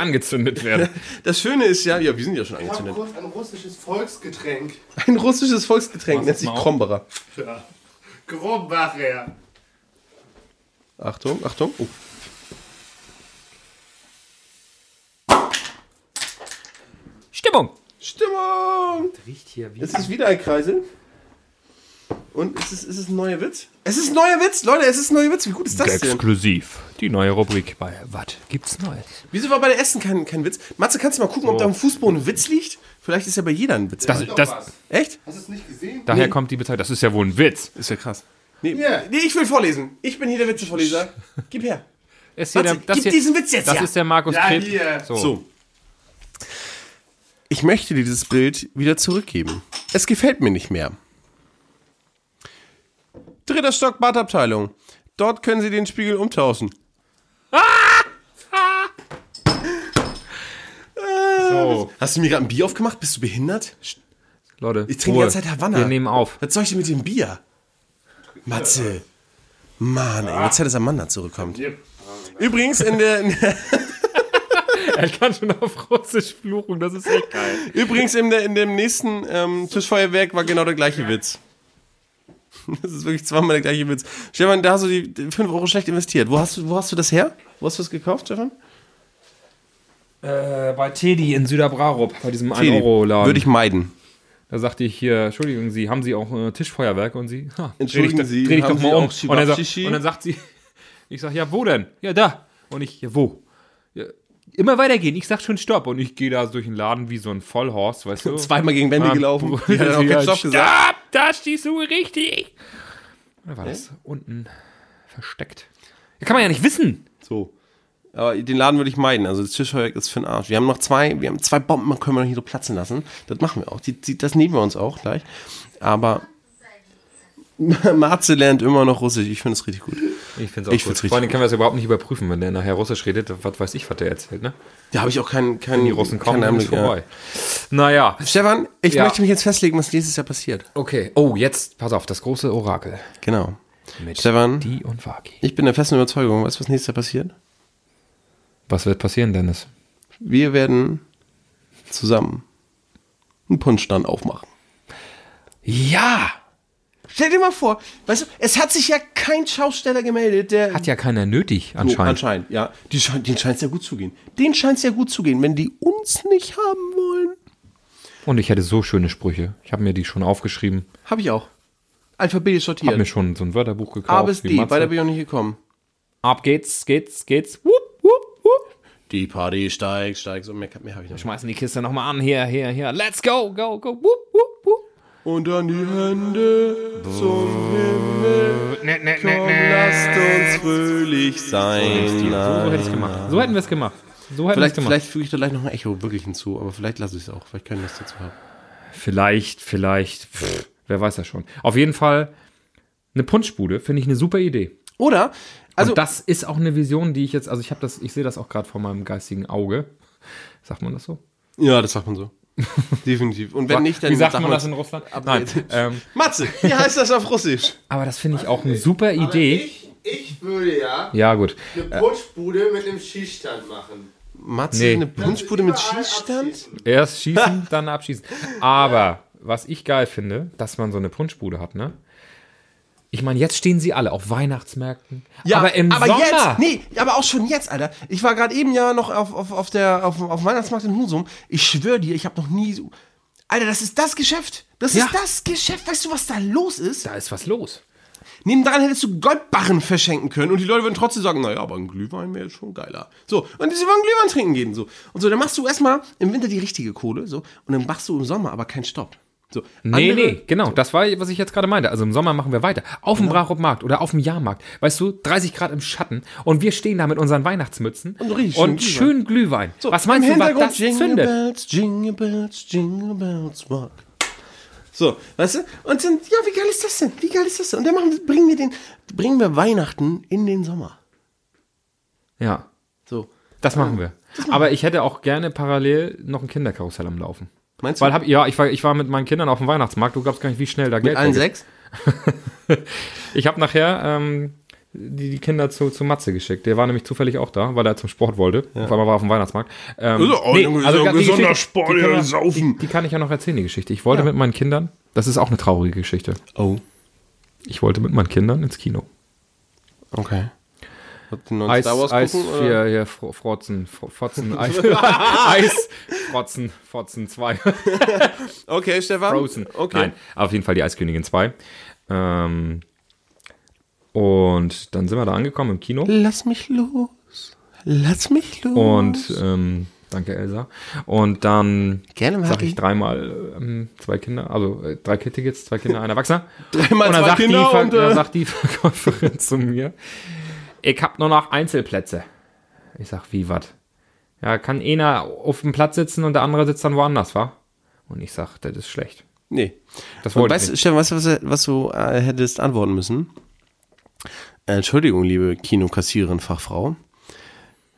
Speaker 2: angezündet werden.
Speaker 1: das Schöne ist ja, ja, wir sind ja schon
Speaker 6: Ich habe
Speaker 1: angezündet.
Speaker 6: kurz ein russisches Volksgetränk.
Speaker 1: Ein russisches Volksgetränk
Speaker 2: Mach
Speaker 1: nennt
Speaker 2: das
Speaker 1: sich
Speaker 2: mal auf.
Speaker 1: Krombacher.
Speaker 6: Ja. Grobbacher.
Speaker 1: Achtung, Achtung. Oh.
Speaker 2: Stimmung!
Speaker 1: Stimmung!
Speaker 2: Riecht hier wie.
Speaker 1: Es ist wieder ein Kreisel. Und ist es, ist es ein neuer Witz? Es ist ein neuer Witz, Leute, es ist ein neuer Witz. Wie gut ist das denn?
Speaker 2: Exklusiv. Die neue Rubrik bei Watt gibt's Neues.
Speaker 1: Wieso war bei der Essen kein, kein Witz? Matze, kannst du mal gucken, ob da am Fußboden ein Witz liegt? Vielleicht ist ja bei jeder ein Witz.
Speaker 2: Das,
Speaker 1: dabei.
Speaker 2: das,
Speaker 6: was.
Speaker 1: Echt?
Speaker 6: Hast du es nicht gesehen?
Speaker 2: daher kommt die Bezeichnung. Das ist ja wohl ein Witz.
Speaker 1: Ist ja krass. Nee,
Speaker 6: Ja.
Speaker 1: nee, ich will vorlesen. Ich bin hier der Witzevorleser. Gib her.
Speaker 2: Ist hier
Speaker 1: Warte,
Speaker 2: der- das
Speaker 1: gib
Speaker 2: hier-
Speaker 1: diesen Witz jetzt
Speaker 2: Das
Speaker 1: her.
Speaker 2: ist der Markus
Speaker 6: Ja,
Speaker 2: Krebs.
Speaker 6: hier.
Speaker 2: So.
Speaker 1: So. Ich möchte dir dieses Bild wieder zurückgeben. Es gefällt mir nicht mehr. Dritter Stock Badabteilung. Dort können Sie den Spiegel umtauschen.
Speaker 2: So.
Speaker 1: Hast du mir gerade ein Bier aufgemacht? Bist du behindert?
Speaker 2: Oh, Leute,
Speaker 1: Ich trinke
Speaker 2: Ruhe.
Speaker 1: die ganze Zeit Havanna.
Speaker 2: Wir nehmen auf.
Speaker 1: Was soll ich denn mit dem Bier? Matze. Mann, ey, jetzt hätte es Amanda zurückkommt. Übrigens, in der, in der,
Speaker 2: Er kann schon auf Russisch fluchen, das ist echt geil.
Speaker 1: übrigens in, der, in dem nächsten ähm, Tischfeuerwerk war genau der gleiche Witz. Das ist wirklich zweimal der gleiche Witz. Stefan, da hast du die 5 Euro schlecht investiert. Wo hast, du, wo hast du das her? Wo hast du das gekauft, Stefan?
Speaker 2: Äh, bei Teddy in Süderbrarup, bei diesem
Speaker 1: Teddy.
Speaker 2: 1-Euro-Laden.
Speaker 1: Würde ich meiden.
Speaker 2: Da sagte ich hier, Entschuldigung, Sie, haben Sie auch äh, Tischfeuerwerk? Und sie, ha,
Speaker 1: Entschuldigen
Speaker 2: dreh dich,
Speaker 1: Sie,
Speaker 2: dreh dich
Speaker 1: haben
Speaker 2: doch mal
Speaker 1: Sie auch
Speaker 2: um. Und dann, sagt,
Speaker 1: Shibashishi?
Speaker 2: und dann sagt sie, ich sag, ja, wo denn? Ja, da. Und ich, ja, wo? Ja, immer weitergehen, ich sag schon Stopp. Und ich gehe da durch den Laden wie so ein Vollhorst, weißt du.
Speaker 1: Zweimal gegen Wände
Speaker 2: Ah,
Speaker 1: gelaufen.
Speaker 2: wo-
Speaker 1: Die hat dann auch
Speaker 2: sie
Speaker 1: keinen
Speaker 2: hat,
Speaker 1: Stopp gesagt.
Speaker 2: Stopp, da stehst du richtig. Da war das unten versteckt. Ja, kann man ja nicht wissen.
Speaker 1: So. Aber den Laden würde ich meiden. Also das Tischfeuerwerk ist für den Arsch. Wir haben noch zwei, wir haben zwei Bomben, können wir noch hier so platzen lassen. Das machen wir auch. Die, die, das nehmen wir uns auch gleich. Aber Marze lernt immer noch Russisch. Ich finde es richtig gut.
Speaker 2: Ich finde
Speaker 1: Ich find's richtig
Speaker 2: Vor allem können wir das überhaupt nicht überprüfen, wenn der nachher Russisch redet, was weiß ich, was der erzählt, ne?
Speaker 1: Da habe ich auch keinen keinen
Speaker 2: Die Russen kommen,
Speaker 1: keinen
Speaker 2: dann ist
Speaker 1: Einblick, Hm, ja.
Speaker 2: vorbei. Naja,
Speaker 1: Stefan, ich
Speaker 2: Ja.
Speaker 1: möchte mich jetzt festlegen, was nächstes Jahr passiert.
Speaker 2: okay. Oh, jetzt, pass auf, das große Orakel.
Speaker 1: Genau.
Speaker 2: Mit
Speaker 1: Stefan?
Speaker 2: Die und Vagi.
Speaker 1: Ich bin der festen Überzeugung, weißt du, was nächstes Jahr passiert?
Speaker 2: Was wird passieren, Dennis?
Speaker 1: Wir werden zusammen einen Punschstand aufmachen.
Speaker 2: Ja!
Speaker 1: Stell dir mal vor, weißt du, es hat sich ja kein Schausteller gemeldet, der
Speaker 2: Hat ja keiner nötig,
Speaker 1: So,
Speaker 2: anscheinend.
Speaker 1: anscheinend, ja. Die schein, denen scheint es ja gut zu gehen. Denen scheint es ja gut zu gehen, wenn die uns nicht haben wollen.
Speaker 2: Und ich hätte so schöne Sprüche. Ich habe mir die schon aufgeschrieben.
Speaker 1: Habe ich auch. Alphabetisch
Speaker 2: Habe mir
Speaker 1: sortiert.
Speaker 2: schon so ein Wörterbuch gekauft.
Speaker 1: A bis
Speaker 2: wie
Speaker 1: D,
Speaker 2: Matze.
Speaker 1: weiter bin ich auch nicht gekommen.
Speaker 2: Ab geht's, geht's, geht's. Wupp, wupp, wupp.
Speaker 1: Die Party steigt, steigt, so mehr, mehr habe ich noch.
Speaker 2: Schmeißen die Kiste nochmal an. Hier, hier, hier. Let's go, go, go. Wupp, wupp, wupp.
Speaker 1: Und dann die Hände zum Himmel,
Speaker 5: Ne, ne, ne,
Speaker 1: komm, lasst uns fröhlich sein.
Speaker 2: So, so hätte ich gemacht. So hätten wir es gemacht. So hätten wir es
Speaker 1: Vielleicht,
Speaker 2: gemacht.
Speaker 1: vielleicht füge ich da gleich noch ein Echo wirklich hinzu, aber vielleicht lasse ich es auch. Vielleicht können wir es dazu haben.
Speaker 2: Vielleicht, vielleicht. Pff, wer weiß das schon. Auf jeden Fall eine Punschbude finde ich eine super Idee.
Speaker 1: Oder, also,
Speaker 2: Und das ist auch eine Vision, die ich jetzt, also ich habe das, ich sehe das auch gerade vor meinem geistigen Auge. Sagt man das so?
Speaker 1: ja, das sagt man so. Definitiv. Und wenn nicht, dann
Speaker 2: Wie sagt
Speaker 1: sag
Speaker 2: man das
Speaker 1: man's.
Speaker 2: in Russland?
Speaker 1: Ab-
Speaker 2: Nein. Ähm,
Speaker 1: Matze, wie heißt das auf Russisch?
Speaker 2: aber das finde ich auch eine super
Speaker 6: Aber
Speaker 2: Idee.
Speaker 6: Ich, ich würde ja
Speaker 2: Ja, gut.
Speaker 6: eine Punschbude mit einem Schießstand machen.
Speaker 1: Matze,
Speaker 2: Nee.
Speaker 1: eine Punschbude mit
Speaker 6: Überall
Speaker 1: Schießstand?
Speaker 6: abschießen.
Speaker 2: Erst schießen, dann abschießen. Aber was ich geil finde, dass man so eine Punschbude hat, ne? Ich meine, jetzt stehen sie alle auf Weihnachtsmärkten. aber im Sommer.
Speaker 1: jetzt, nee, aber auch schon jetzt, Alter. Ich war gerade eben ja noch auf, auf, auf der auf, auf dem Weihnachtsmarkt in Husum. Ich schwöre dir, ich habe noch nie so Alter, das ist das Geschäft. Das
Speaker 2: Ja.
Speaker 1: ist das Geschäft. Weißt du, was da los ist?
Speaker 2: Da ist was los.
Speaker 1: Nebendran hättest du Goldbarren verschenken können und die Leute würden trotzdem sagen, naja, aber ein Glühwein wäre jetzt schon geiler. So, und sie wollen Glühwein trinken gehen. So. Und so, dann machst du erstmal im Winter die richtige Kohle, so, und dann machst du im Sommer aber keinen Stopp. So.
Speaker 2: Nee,
Speaker 1: andere-
Speaker 2: nee, genau. Das war, was ich jetzt gerade meinte. Also im Sommer machen wir weiter. Auf
Speaker 1: Mhm.
Speaker 2: dem Brachop-Markt oder auf dem Jahrmarkt. Weißt du, 30 Grad im Schatten und wir stehen da mit unseren Weihnachtsmützen und,
Speaker 1: richtig schönen
Speaker 2: schön Glühwein.
Speaker 1: So,
Speaker 2: was meinst
Speaker 1: im
Speaker 2: du, was
Speaker 1: Hintergrund
Speaker 2: das
Speaker 1: Jingle
Speaker 2: zündet?
Speaker 1: Bells, Jingle Bells, Jingle Bells rock. So, weißt du? Und dann, ja, wie geil ist das denn? Wie geil ist das denn? Und dann machen, wir- bringen wir den, bringen wir Weihnachten in den Sommer.
Speaker 2: Ja,
Speaker 1: So.
Speaker 2: das machen wir. Aber ich hätte auch gerne parallel noch ein Kinderkarussell am Laufen.
Speaker 1: Meinst du?
Speaker 2: Weil hab, ja, ich war, ich war mit meinen Kindern auf dem Weihnachtsmarkt. Du glaubst gar nicht, wie schnell da Geld
Speaker 1: mit allen
Speaker 2: vergeht.
Speaker 1: sechs?
Speaker 2: Ich habe nachher ähm, die, die Kinder zu, zu Matze geschickt. Der war nämlich zufällig auch da, weil er zum Sport wollte. Auf einmal war er auf dem Weihnachtsmarkt. Ähm,
Speaker 1: Also, oh, Junge, so ein
Speaker 2: die
Speaker 1: gesunder
Speaker 2: Geschichte,
Speaker 1: Sport,
Speaker 2: die kann,
Speaker 1: ja,
Speaker 2: man-
Speaker 1: saufen.
Speaker 2: Die, die kann ich ja noch erzählen, die Geschichte. Ich wollte mit meinen Kindern, das ist auch eine traurige Geschichte,
Speaker 1: Oh,
Speaker 2: ich wollte mit meinen Kindern ins Kino.
Speaker 1: okay. Habt ihr neuen
Speaker 2: Eis,
Speaker 1: Star Wars
Speaker 2: Eis,
Speaker 1: gucken? Oder?
Speaker 2: ja, ja, Fro- Frotzen, Fro- Fotzen, Eis, Eis, Frotzen, Fotzen 2.
Speaker 1: Okay, Stefan.
Speaker 2: Frozen.
Speaker 1: Okay.
Speaker 2: Nein, auf jeden Fall die Eiskönigin 2. Ähm, und dann sind wir da angekommen im Kino.
Speaker 1: Lass mich los. Lass mich los.
Speaker 2: Und ähm, Danke, Elsa. Und dann
Speaker 1: Gerne,
Speaker 2: sage
Speaker 1: Martin.
Speaker 2: ich dreimal ähm, zwei Kinder, also äh, drei Tickets, zwei Kinder, ein Erwachsener.
Speaker 1: Dreimal
Speaker 2: und dann
Speaker 1: zwei
Speaker 2: sagt,
Speaker 1: Kinder
Speaker 2: die, Ver-
Speaker 1: und, äh,
Speaker 2: dann sagt die Verkäuferin zu mir, ich hab nur noch Einzelplätze. Ich sag, wie wat? Ja, kann einer auf dem Platz sitzen und der andere sitzt dann woanders, wa? Und ich sag, das ist schlecht.
Speaker 1: Nee.
Speaker 2: Das
Speaker 1: Und
Speaker 2: wollte
Speaker 1: weißt,
Speaker 2: ich
Speaker 1: du,
Speaker 2: nicht.
Speaker 1: Stefan, weißt du, was, was du äh, hättest antworten müssen? Äh, Entschuldigung, liebe Kinokassiererin, Fachfrau.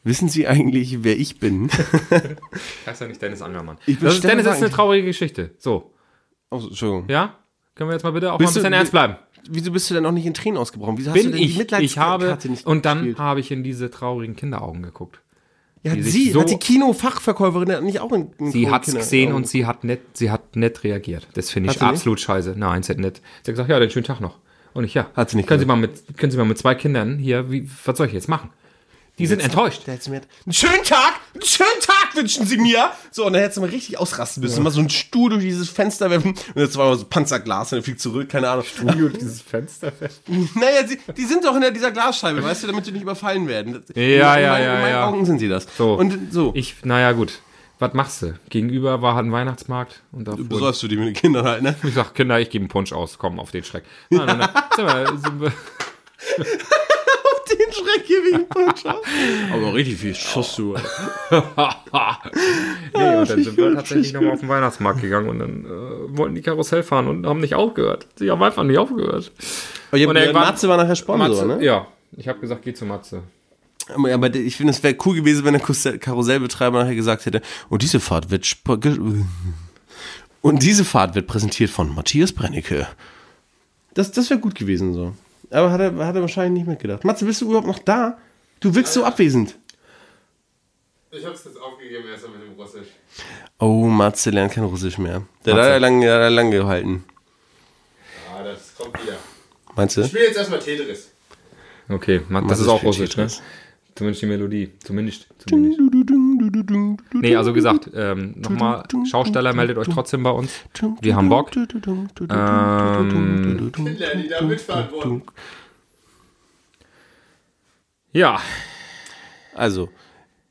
Speaker 1: Wissen Sie eigentlich, wer ich bin?
Speaker 2: Ich heiße ja nicht Dennis Angermann.
Speaker 1: Ich bin
Speaker 2: das ist,
Speaker 1: Stefan
Speaker 2: Dennis, das ist eine
Speaker 1: Frank.
Speaker 2: traurige Geschichte. So,
Speaker 1: Oh, Entschuldigung.
Speaker 2: ja? Können wir jetzt mal bitte auch
Speaker 1: Bist
Speaker 2: mal ein
Speaker 1: du-
Speaker 2: bisschen ernst bleiben?
Speaker 1: Wieso bist du denn noch nicht in Tränen ausgebrochen? Wieso hast du
Speaker 2: Bin
Speaker 1: denn die
Speaker 2: ich. Ich
Speaker 1: Mitleidskarte
Speaker 2: habe,
Speaker 1: nicht
Speaker 2: und dann
Speaker 1: gespielt?
Speaker 2: habe ich in diese traurigen Kinderaugen geguckerit.
Speaker 1: Ja,
Speaker 2: die
Speaker 1: hat
Speaker 2: sich
Speaker 1: sie,
Speaker 2: so-
Speaker 1: hat die Kinofachverkäuferin nicht auch in, Oh, in
Speaker 2: Sie hat's
Speaker 1: Kinder-
Speaker 2: gesehen und sie hat nett, sie hat nett reagiert. Das finde
Speaker 1: Hat
Speaker 2: ich
Speaker 1: sie nicht?
Speaker 2: absolut scheiße. Nein, sie hat nett. Sie hat gesagt, ja, dann schönen Tag noch. Und ich, ja.
Speaker 1: Hat sie nicht
Speaker 2: können, sie mal mit, können Sie mal mit zwei Kindern hier, wie, was soll ich jetzt machen? Die sind enttäuscht.
Speaker 1: Da hättest du mir einen schönen Tag, einen schönen Tag wünschen sie mir. So, und dann hättest du mal richtig ausrasten müssen. Mal so einen Stuhl durch dieses Fenster werfen. Und jetzt war mal so Panzerglas und er fliegt zurück, keine Ahnung.
Speaker 2: dieses Fenster.
Speaker 1: Naja, sie, die sind doch hinter dieser Glasscheibe, weißt du, damit sie nicht überfallen werden. Ja,
Speaker 2: ja,
Speaker 1: in meinen,
Speaker 2: ja,
Speaker 1: In meinen
Speaker 2: ja.
Speaker 1: Augen sind sie das.
Speaker 2: So.
Speaker 1: Und so.
Speaker 2: Ich, naja, gut. Was machst du? Gegenüber war ein Weihnachtsmarkt und da fuhren-
Speaker 1: Besäufst du die mit den Kindern halt, ne?
Speaker 2: Ich sag, Kinder, ich gebe einen Punsch aus, komm auf den Schreck. Nein, nein, nein. Sind wir, sind wir,
Speaker 1: Den Schreck hier wegen Puncher.
Speaker 2: Aber richtig viel Schuss, du. nee, Ah, und dann sind wir tatsächlich nochmal auf den Weihnachtsmarkt gegangen und dann äh, wollten die Karussell fahren und haben nicht aufgehört. Sie haben einfach nicht aufgehört. Und irgendwann-
Speaker 1: Matze war nachher Sponsor, ne?
Speaker 2: Ja, ich habe gesagt, geh zu Matze.
Speaker 1: Aber, aber ich finde, es wäre cool gewesen, wenn der Kusse- Karussellbetreiber nachher gesagt hätte, und diese Fahrt wird sp- ge- und diese Fahrt wird präsentiert von Matthias Brennecke. Das, das wäre gut gewesen so. Aber hat er, hat er wahrscheinlich nicht mitgedacht. Matze, bist du überhaupt noch da? Du wirkst so abwesend.
Speaker 6: Ich hab's jetzt aufgegeben, erstmal mit dem Russisch.
Speaker 1: Oh, Matze lernt kein Russisch mehr. Der hat er lang, der hat er lang gehalten.
Speaker 6: Ah, das kommt wieder.
Speaker 1: Meinst du?
Speaker 6: Ich spiele jetzt erstmal Tetris.
Speaker 2: Okay, Matze, das
Speaker 1: ist
Speaker 2: ist auch
Speaker 1: viel
Speaker 2: russisch, ne?
Speaker 1: Tetris.
Speaker 2: Zumindest die Melodie. Zumindest. zumindest. Nee, also gesagt, ähm, nochmal, Schausteller meldet euch trotzdem bei uns. Wir haben Bock. Ähm,
Speaker 6: Kinder, die da mitfahren wollen.
Speaker 2: Ja,
Speaker 1: Also,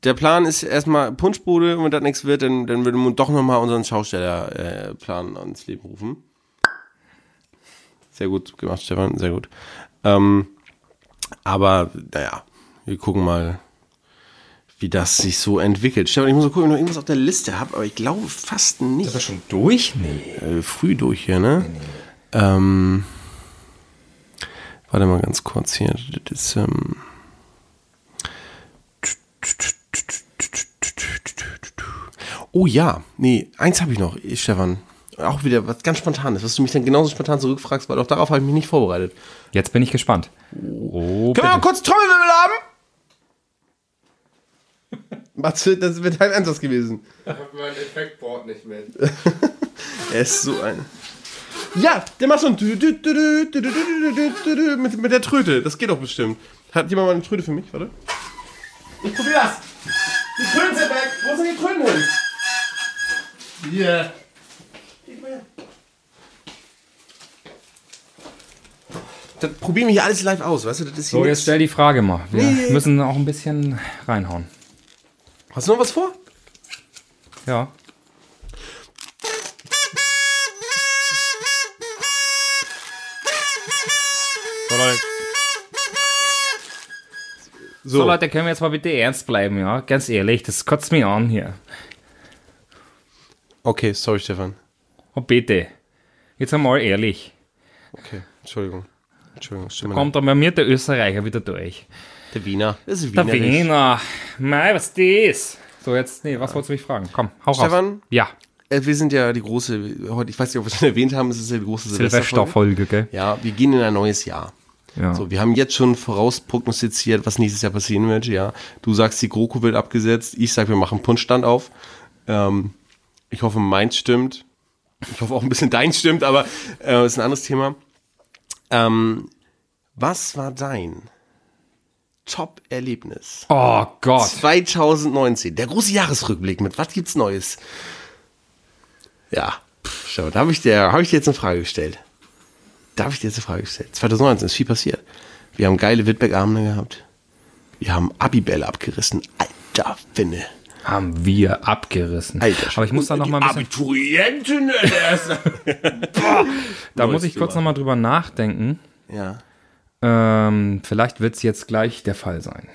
Speaker 1: der Plan ist erstmal Punschbude und wenn das nichts wird, dann, dann würden wir doch nochmal unseren Schaustellerplan äh, Plan ans Leben rufen. Sehr gut gemacht, Stefan, sehr gut. Ähm, aber, naja, wir gucken mal, wie das sich so entwickelt. Stefan, ich muss mal gucken, ob ich noch irgendwas auf der Liste habe, aber ich glaube fast nicht.
Speaker 5: schon durch? Nee.
Speaker 1: Äh, früh durch hier, ne? Ähm, warte mal ganz kurz hier. Das ist, ähm, oh ja, nee, eins habe ich noch, eh, Stefan. Auch wieder was ganz Spontanes, was du mich dann genauso spontan zurückfragst, weil auch darauf habe ich mich nicht vorbereitet.
Speaker 2: jetzt bin ich gespannt. Oh,
Speaker 1: Können wir mal kurz Trommelwirbel haben? Matze, das wird dein Einsatz gewesen.
Speaker 6: Ich hab mein Effektboard nicht mehr.
Speaker 1: Er ist so ein. Ja, der macht so ein. dü- dü- dü- dü- dü- dü- dü- dü- dü- dü- dü- Mit, mit der Tröte. Das geht doch bestimmt. Hat jemand mal eine Tröte für mich? Warte. Ich probier das. Die Tröten sind weg. Wo sind die Tröten hin?
Speaker 6: Hier.
Speaker 1: Dann probieren wir hier alles live aus, weißt du? Das ist hier
Speaker 2: So,
Speaker 1: nix.
Speaker 2: jetzt stell die Frage mal. Wir
Speaker 1: Nee.
Speaker 2: müssen auch ein bisschen reinhauen.
Speaker 1: Hast du noch was vor?
Speaker 2: Ja. So Leute,
Speaker 1: So.
Speaker 2: so, Leute, können wir jetzt mal bitte ernst bleiben, ja? Ganz ehrlich, das kotzt mich an hier.
Speaker 1: Okay, sorry, Stefan.
Speaker 2: Oh, bitte. Jetzt einmal ehrlich.
Speaker 1: Okay, Entschuldigung. Entschuldigung, stimmt.
Speaker 2: Kommt dann bei mir der Österreicher wieder durch.
Speaker 1: der Wiener. Das ist
Speaker 2: Der
Speaker 1: Wiener.
Speaker 2: Wiener. Mei, was ist das? So, jetzt, nee, was wolltest du mich fragen? Komm, hau raus.
Speaker 1: Stefan?
Speaker 2: Ja,
Speaker 1: Äh, Wir sind ja die große, heute, ich weiß nicht, ob wir es schon erwähnt haben, es ist ja die große Silvesterfolge.
Speaker 2: Silvesterfolge, gell?
Speaker 1: Ja, wir gehen in ein neues Jahr.
Speaker 2: Ja.
Speaker 1: So, wir haben jetzt schon vorausprognostiziert, was nächstes Jahr passieren wird. Ja, du sagst, die GroKo wird abgesetzt. Ich sag, wir machen Punschstand auf. Ähm, ich hoffe, meins stimmt. Ich hoffe auch ein bisschen deins stimmt, aber äh, ist ein anderes Thema. Ähm, was war dein Top-Erlebnis
Speaker 2: Oh Gott.
Speaker 1: 2019? Der große Jahresrückblick mit Was gibt's Neues? Ja, schau, da habe ich, dir- hab ich dir jetzt eine Frage gestellt. Da habe ich dir jetzt eine Frage gestellt. 2019 ist viel passiert. Wir haben geile Wittbeck-Abende gehabt. Wir haben Abibälle abgerissen. Alter Finne.
Speaker 2: Haben wir abgerissen.
Speaker 1: Alter
Speaker 2: Aber ich muss da noch mal ein bisschen,
Speaker 1: Abiturienten! ne,
Speaker 2: da muss ich kurz noch mal drüber nachdenken.
Speaker 1: ja.
Speaker 2: Ähm, vielleicht wird es jetzt gleich der Fall sein,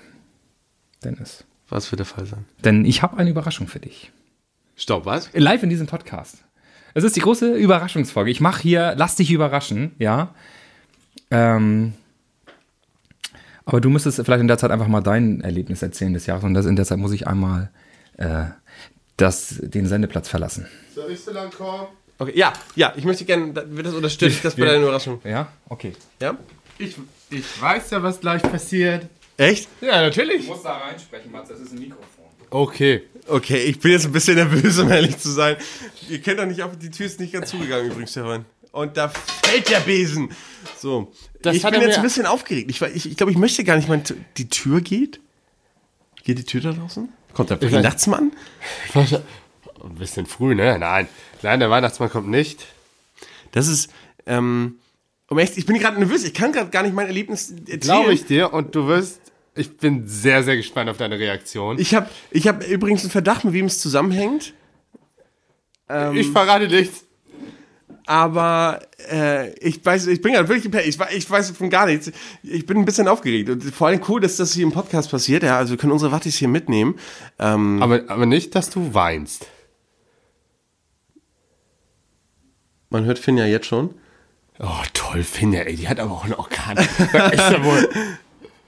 Speaker 2: Dennis.
Speaker 1: Was wird der Fall sein?
Speaker 2: Denn ich habe eine Überraschung für dich.
Speaker 1: Stopp, was?
Speaker 2: Live in diesem Podcast. Es ist die große Überraschungsfolge. Ich mache hier, lass dich überraschen, ja. Ähm, aber du müsstest vielleicht in der Zeit einfach mal dein Erlebnis erzählen des Jahres und das, in der Zeit muss ich einmal äh, das, den Sendeplatz verlassen.
Speaker 6: Soll ich so lang kommen?
Speaker 1: Okay, ja, ja, ich möchte gerne, da- wird das unterstützt, das bei deiner Überraschung.
Speaker 2: Ja, okay.
Speaker 1: Ja?
Speaker 6: Ich, ich weiß ja, was gleich passiert.
Speaker 1: Echt?
Speaker 6: Ja, natürlich.
Speaker 2: muss da reinsprechen, Mats, das ist ein Mikrofon.
Speaker 6: Okay.
Speaker 1: Okay, ich bin jetzt ein bisschen nervös, um ehrlich zu sein. Ihr kennt doch nicht, auf die Tür ist nicht ganz zugegangen übrigens, Stefan. Und da fällt der Besen. So,
Speaker 6: Das
Speaker 1: ich
Speaker 6: hat
Speaker 1: bin
Speaker 6: er
Speaker 1: jetzt
Speaker 6: mir-
Speaker 1: ein bisschen aufgeregt. Ich, war- ich, ich glaube, ich möchte gar nicht, mein, die Tür geht. Geht die Tür da draußen? Kommt der
Speaker 6: weiß-
Speaker 1: Weihnachtsmann?
Speaker 6: Ein bisschen früh, ne? Nein. Nein, der Weihnachtsmann kommt nicht.
Speaker 1: Das ist, ähm, um echt, ich bin gerade nervös, ich kann gerade gar nicht mein Erlebnis erzählen.
Speaker 6: Glaube ich dir und du wirst. Ich bin sehr, sehr gespannt auf deine Reaktion.
Speaker 1: Ich habe ich hab übrigens einen Verdacht, mit wem es zusammenhängt.
Speaker 6: ich verrate nichts.
Speaker 1: aber äh, ich weiß, ich bin gerade wirklich geplättet. ich, wei- ich weiß von gar nichts. Ich bin ein bisschen aufgeregt und vor allem cool, dass das hier im Podcast passiert. Ja, also wir können unsere Wattis hier mitnehmen.
Speaker 6: hm. Aber, aber nicht, dass du weinst.
Speaker 1: Man hört Finn ja jetzt schon.
Speaker 6: Oh, toll, Finja, ey. Die hat aber auch einen Orkan. Echt ja wohl.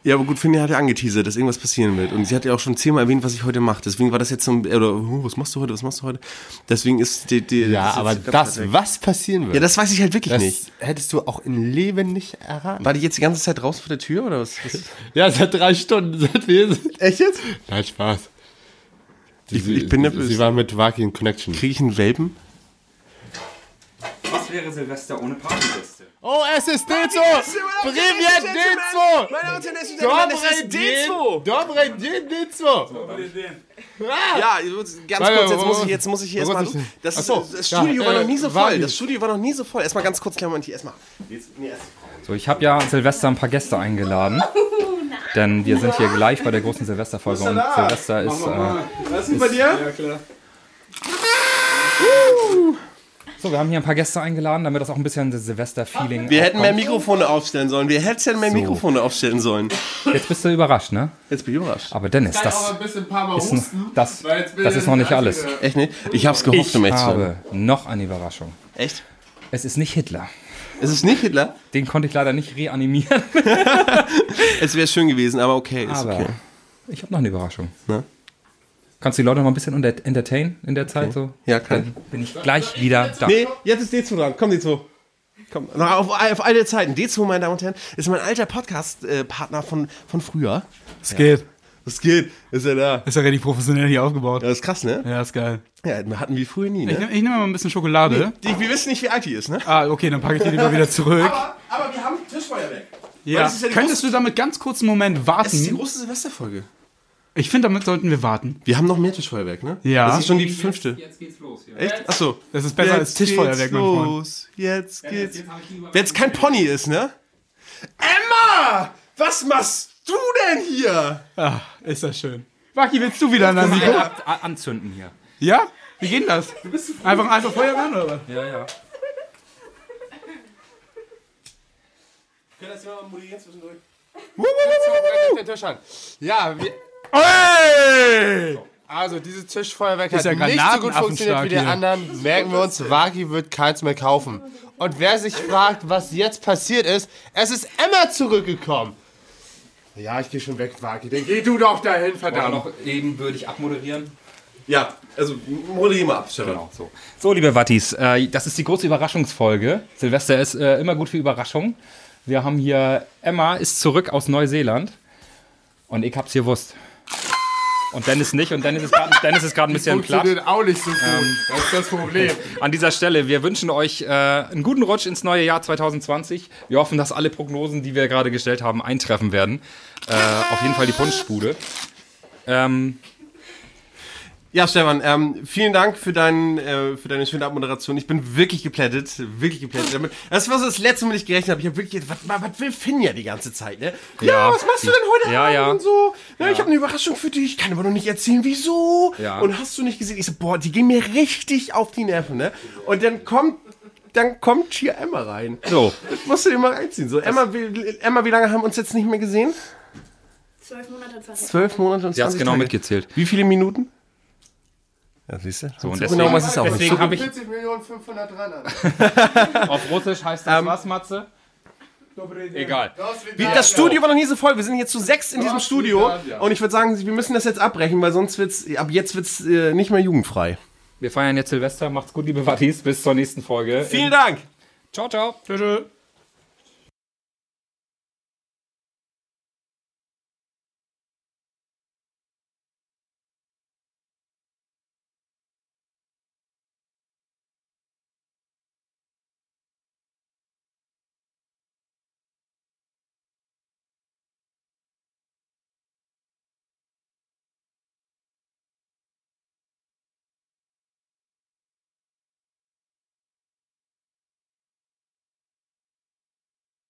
Speaker 1: Ja, aber gut, Finja hat ja angeteasert, dass irgendwas passieren wird. Und sie hat ja auch schon zehnmal erwähnt, was ich heute mache. Deswegen war das jetzt so ein, oder, "Huh, was machst du heute, was machst du heute? Deswegen ist die, die
Speaker 6: Ja,
Speaker 1: das ist
Speaker 6: aber
Speaker 1: jetzt-
Speaker 6: das, was passieren wird,
Speaker 1: Ja, das weiß ich halt wirklich
Speaker 6: das
Speaker 1: nicht.
Speaker 6: hättest du auch im Leben nicht erraten.
Speaker 1: War die jetzt die ganze Zeit draußen vor der Tür oder was? was?
Speaker 6: Ja, seit drei Stunden, seit wir hier sind.
Speaker 1: Echt jetzt?
Speaker 6: Nein, Spaß.
Speaker 1: Ich- ich bin nervös.
Speaker 6: sie, sie war mit Waki in Connection.
Speaker 1: Kriege ich einen Welpen?
Speaker 2: Was wäre Silvester ohne Partygäste?
Speaker 6: Oh, es ist D2! Premier D2! Dobre D2! Dobre D2!
Speaker 1: Ja, ganz
Speaker 6: Warte,
Speaker 1: kurz, jetzt
Speaker 6: wo-
Speaker 1: muss ich, jetzt muss ich hier
Speaker 6: wo-
Speaker 1: erstmal.
Speaker 6: wo- wo-
Speaker 1: Das,
Speaker 6: Ach so,
Speaker 1: das Studio
Speaker 6: ja,
Speaker 1: war
Speaker 6: äh,
Speaker 1: noch nie so
Speaker 6: war
Speaker 1: voll.
Speaker 6: die-
Speaker 1: Das Studio war noch nie so voll. Erstmal ganz kurz, kleiner Moment hier. Erstmal. Jetzt, nee, erst.
Speaker 2: So, ich habe ja an Silvester ein paar Gäste eingeladen. Denn wir sind hier gleich bei der großen Silvesterfolge und Silvester ist. Äh,
Speaker 1: Was ist bei dir?
Speaker 2: so, wir haben hier ein paar Gäste eingeladen, damit das auch ein bisschen das Silvester-Feeling.
Speaker 1: Wir hätten mehr
Speaker 2: aufkommt.
Speaker 1: Mikrofone aufstellen sollen. Wir hätten mehr Mikrofone aufstellen sollen.
Speaker 2: Jetzt bist du überrascht, ne?
Speaker 1: Jetzt bin ich überrascht.
Speaker 2: Aber Dennis,
Speaker 6: auch
Speaker 2: das,
Speaker 6: ein bisschen ein paar Mal
Speaker 2: ist,
Speaker 6: husten.
Speaker 2: das,
Speaker 6: weil jetzt bin
Speaker 2: das
Speaker 6: ich
Speaker 2: ist noch nicht
Speaker 6: der
Speaker 2: alles.
Speaker 6: Einzige.
Speaker 1: Echt nicht? Ich hab's gehofft, um
Speaker 2: Ich
Speaker 1: ehrlich zu sein.
Speaker 2: habe noch eine Überraschung.
Speaker 1: Echt?
Speaker 2: Es ist nicht Hitler.
Speaker 1: Es ist nicht Hitler.
Speaker 2: Den konnte ich leider nicht reanimieren.
Speaker 1: Es wäre schön gewesen, aber okay, ist
Speaker 2: Aber
Speaker 1: okay.
Speaker 2: ich habe noch eine Überraschung.
Speaker 1: Na?
Speaker 2: Kannst du die Leute noch mal ein bisschen unter- entertainen in der Zeit? So?
Speaker 1: Ja, kann
Speaker 6: Mhm.
Speaker 2: Dann bin ich gleich wieder da.
Speaker 1: Nee, jetzt ist D2 dran. Komm, D2. Komm, na, auf, auf alle Zeiten. D2, meine Damen und Herren, ist mein alter Podcast-Partner von, von früher.
Speaker 8: Es geht.
Speaker 1: Was geht? Ist er da?
Speaker 8: Ist ja richtig professionell hier aufgebaut.
Speaker 1: Das ist krass, ne?
Speaker 8: Ja, ist geil.
Speaker 1: Ja, wir hatten wir früher nie,
Speaker 8: Ich,
Speaker 1: ne?
Speaker 8: nehm- ich nehme mal ein bisschen Schokolade.
Speaker 1: Die, wir wissen nicht, wie alt die ist, ne?
Speaker 8: Ah, okay, dann packe ich die lieber wieder zurück.
Speaker 1: aber wir haben Tischfeuerwerk.
Speaker 8: Ja.
Speaker 1: das ist ja Hm? die
Speaker 8: Könntest du damit ganz kurz einen Moment
Speaker 1: Das ist die
Speaker 8: warten?
Speaker 1: große Silvesterfolge.
Speaker 8: Ich finde, damit sollten wir warten.
Speaker 1: Wir haben noch mehr Tischfeuerwerk, ne?
Speaker 8: Ja.
Speaker 1: Das ist schon die fünfte.
Speaker 2: Jetzt geht's los. Hier.
Speaker 1: Echt? Achso.
Speaker 8: Das ist besser als Tischfeuerwerk, mein Freund.
Speaker 1: los. Jetzt geht's. Wenn es kein Pony ist, ne? Emma! Was machst du denn hier?
Speaker 8: Ah, ist das schön. Waki, willst du wieder an deinem Mikro?
Speaker 2: Ah, anzünden hier.
Speaker 8: Ja? Wie geht denn das? Einfach, einfach Feuer ran, oder was?
Speaker 2: Ja, ja.
Speaker 1: Können das jemand moderieren zwischendurch?
Speaker 6: Der Tisch an. Ja, wir,
Speaker 8: Hey!
Speaker 6: also dieses Tischfeuerwerk hat
Speaker 8: ja
Speaker 6: nicht so gut
Speaker 8: Granatenaffenschlag
Speaker 6: funktioniert wie die
Speaker 8: hier.
Speaker 6: anderen. Merken wir uns, Waki wird keins mehr kaufen. Und wer sich fragt, was jetzt passiert ist, es ist Emma zurückgekommen. Ja, ich gehe schon weg, Waki. Dann geh du doch dahin,
Speaker 2: Dann
Speaker 6: verdammt.
Speaker 2: noch ebenbürtig abmoderieren.
Speaker 1: Ja, also moderier mal ab, Stefan.
Speaker 2: Genau, so. so, liebe Wattis, äh, das ist die große Überraschungsfolge. Silvester ist äh, immer gut für Überraschungen. Wir haben hier, Emma ist zurück aus Neuseeland. Und ich hab's gewusst. Und Dennis nicht. Und Dennis ist gerade Dennis ist gerade ein bisschen platt.
Speaker 6: Funktioniert auch nicht so gut. Das ist das Problem.
Speaker 2: An dieser Stelle, wir wünschen euch äh, einen guten Rutsch ins neue Jahr 2020. Wir hoffen, dass alle Prognosen, die wir gerade gestellt haben, eintreffen werden. Äh, auf jeden Fall die Punschspude. Ähm,
Speaker 1: Ja, Stefan, ähm, vielen Dank für, deinen, äh, für deine schöne Abmoderation. Ich bin wirklich geplättet, wirklich geplättet damit. Das war so das letzte Mal, ich gerechnet habe. Ich habe wirklich, was, was will Finn ja die ganze Zeit, ne? Ja,
Speaker 2: Ja,
Speaker 1: was machst du
Speaker 2: ich-
Speaker 1: denn heute
Speaker 2: ja,
Speaker 1: Abend
Speaker 2: ja.
Speaker 1: und so? Ja, ich habe eine Überraschung für dich, kann aber noch nicht erzählen, wieso.
Speaker 2: Ja.
Speaker 1: Und hast du nicht gesehen? Ich so, boah, die gehen mir richtig auf die Nerven, ne? Und dann kommt, dann kommt hier Emma rein.
Speaker 2: So.
Speaker 1: Das musst du dir mal reinziehen. So, Emma, wie, Emma, wie lange haben wir uns jetzt nicht mehr gesehen?
Speaker 9: Zwölf Monate und 20
Speaker 1: Zwölf Monate und
Speaker 2: Sie hat's
Speaker 1: 20
Speaker 2: genau
Speaker 1: Tage.
Speaker 2: mitgezählt.
Speaker 1: Wie viele Minuten? Ja, siehst du? So,
Speaker 2: und
Speaker 1: genau,
Speaker 2: deswegen-
Speaker 1: was ist auch
Speaker 2: deswegen habe ich
Speaker 6: 40 Millionen 500 dran.
Speaker 2: auf Russisch heißt das was, Matze? Egal.
Speaker 1: Wie, das Studio war noch nie so voll. Wir sind jetzt zu sechs in diesem Studio. Und ich würde sagen, wir müssen das jetzt abbrechen, weil sonst wird's, ab jetzt wird's äh, nicht mehr jugendfrei.
Speaker 2: Wir feiern jetzt Silvester. Macht's gut, liebe Wattis. Bis zur nächsten Folge.
Speaker 1: Vielen Dank!
Speaker 2: Ciao, ciao. Tschüss.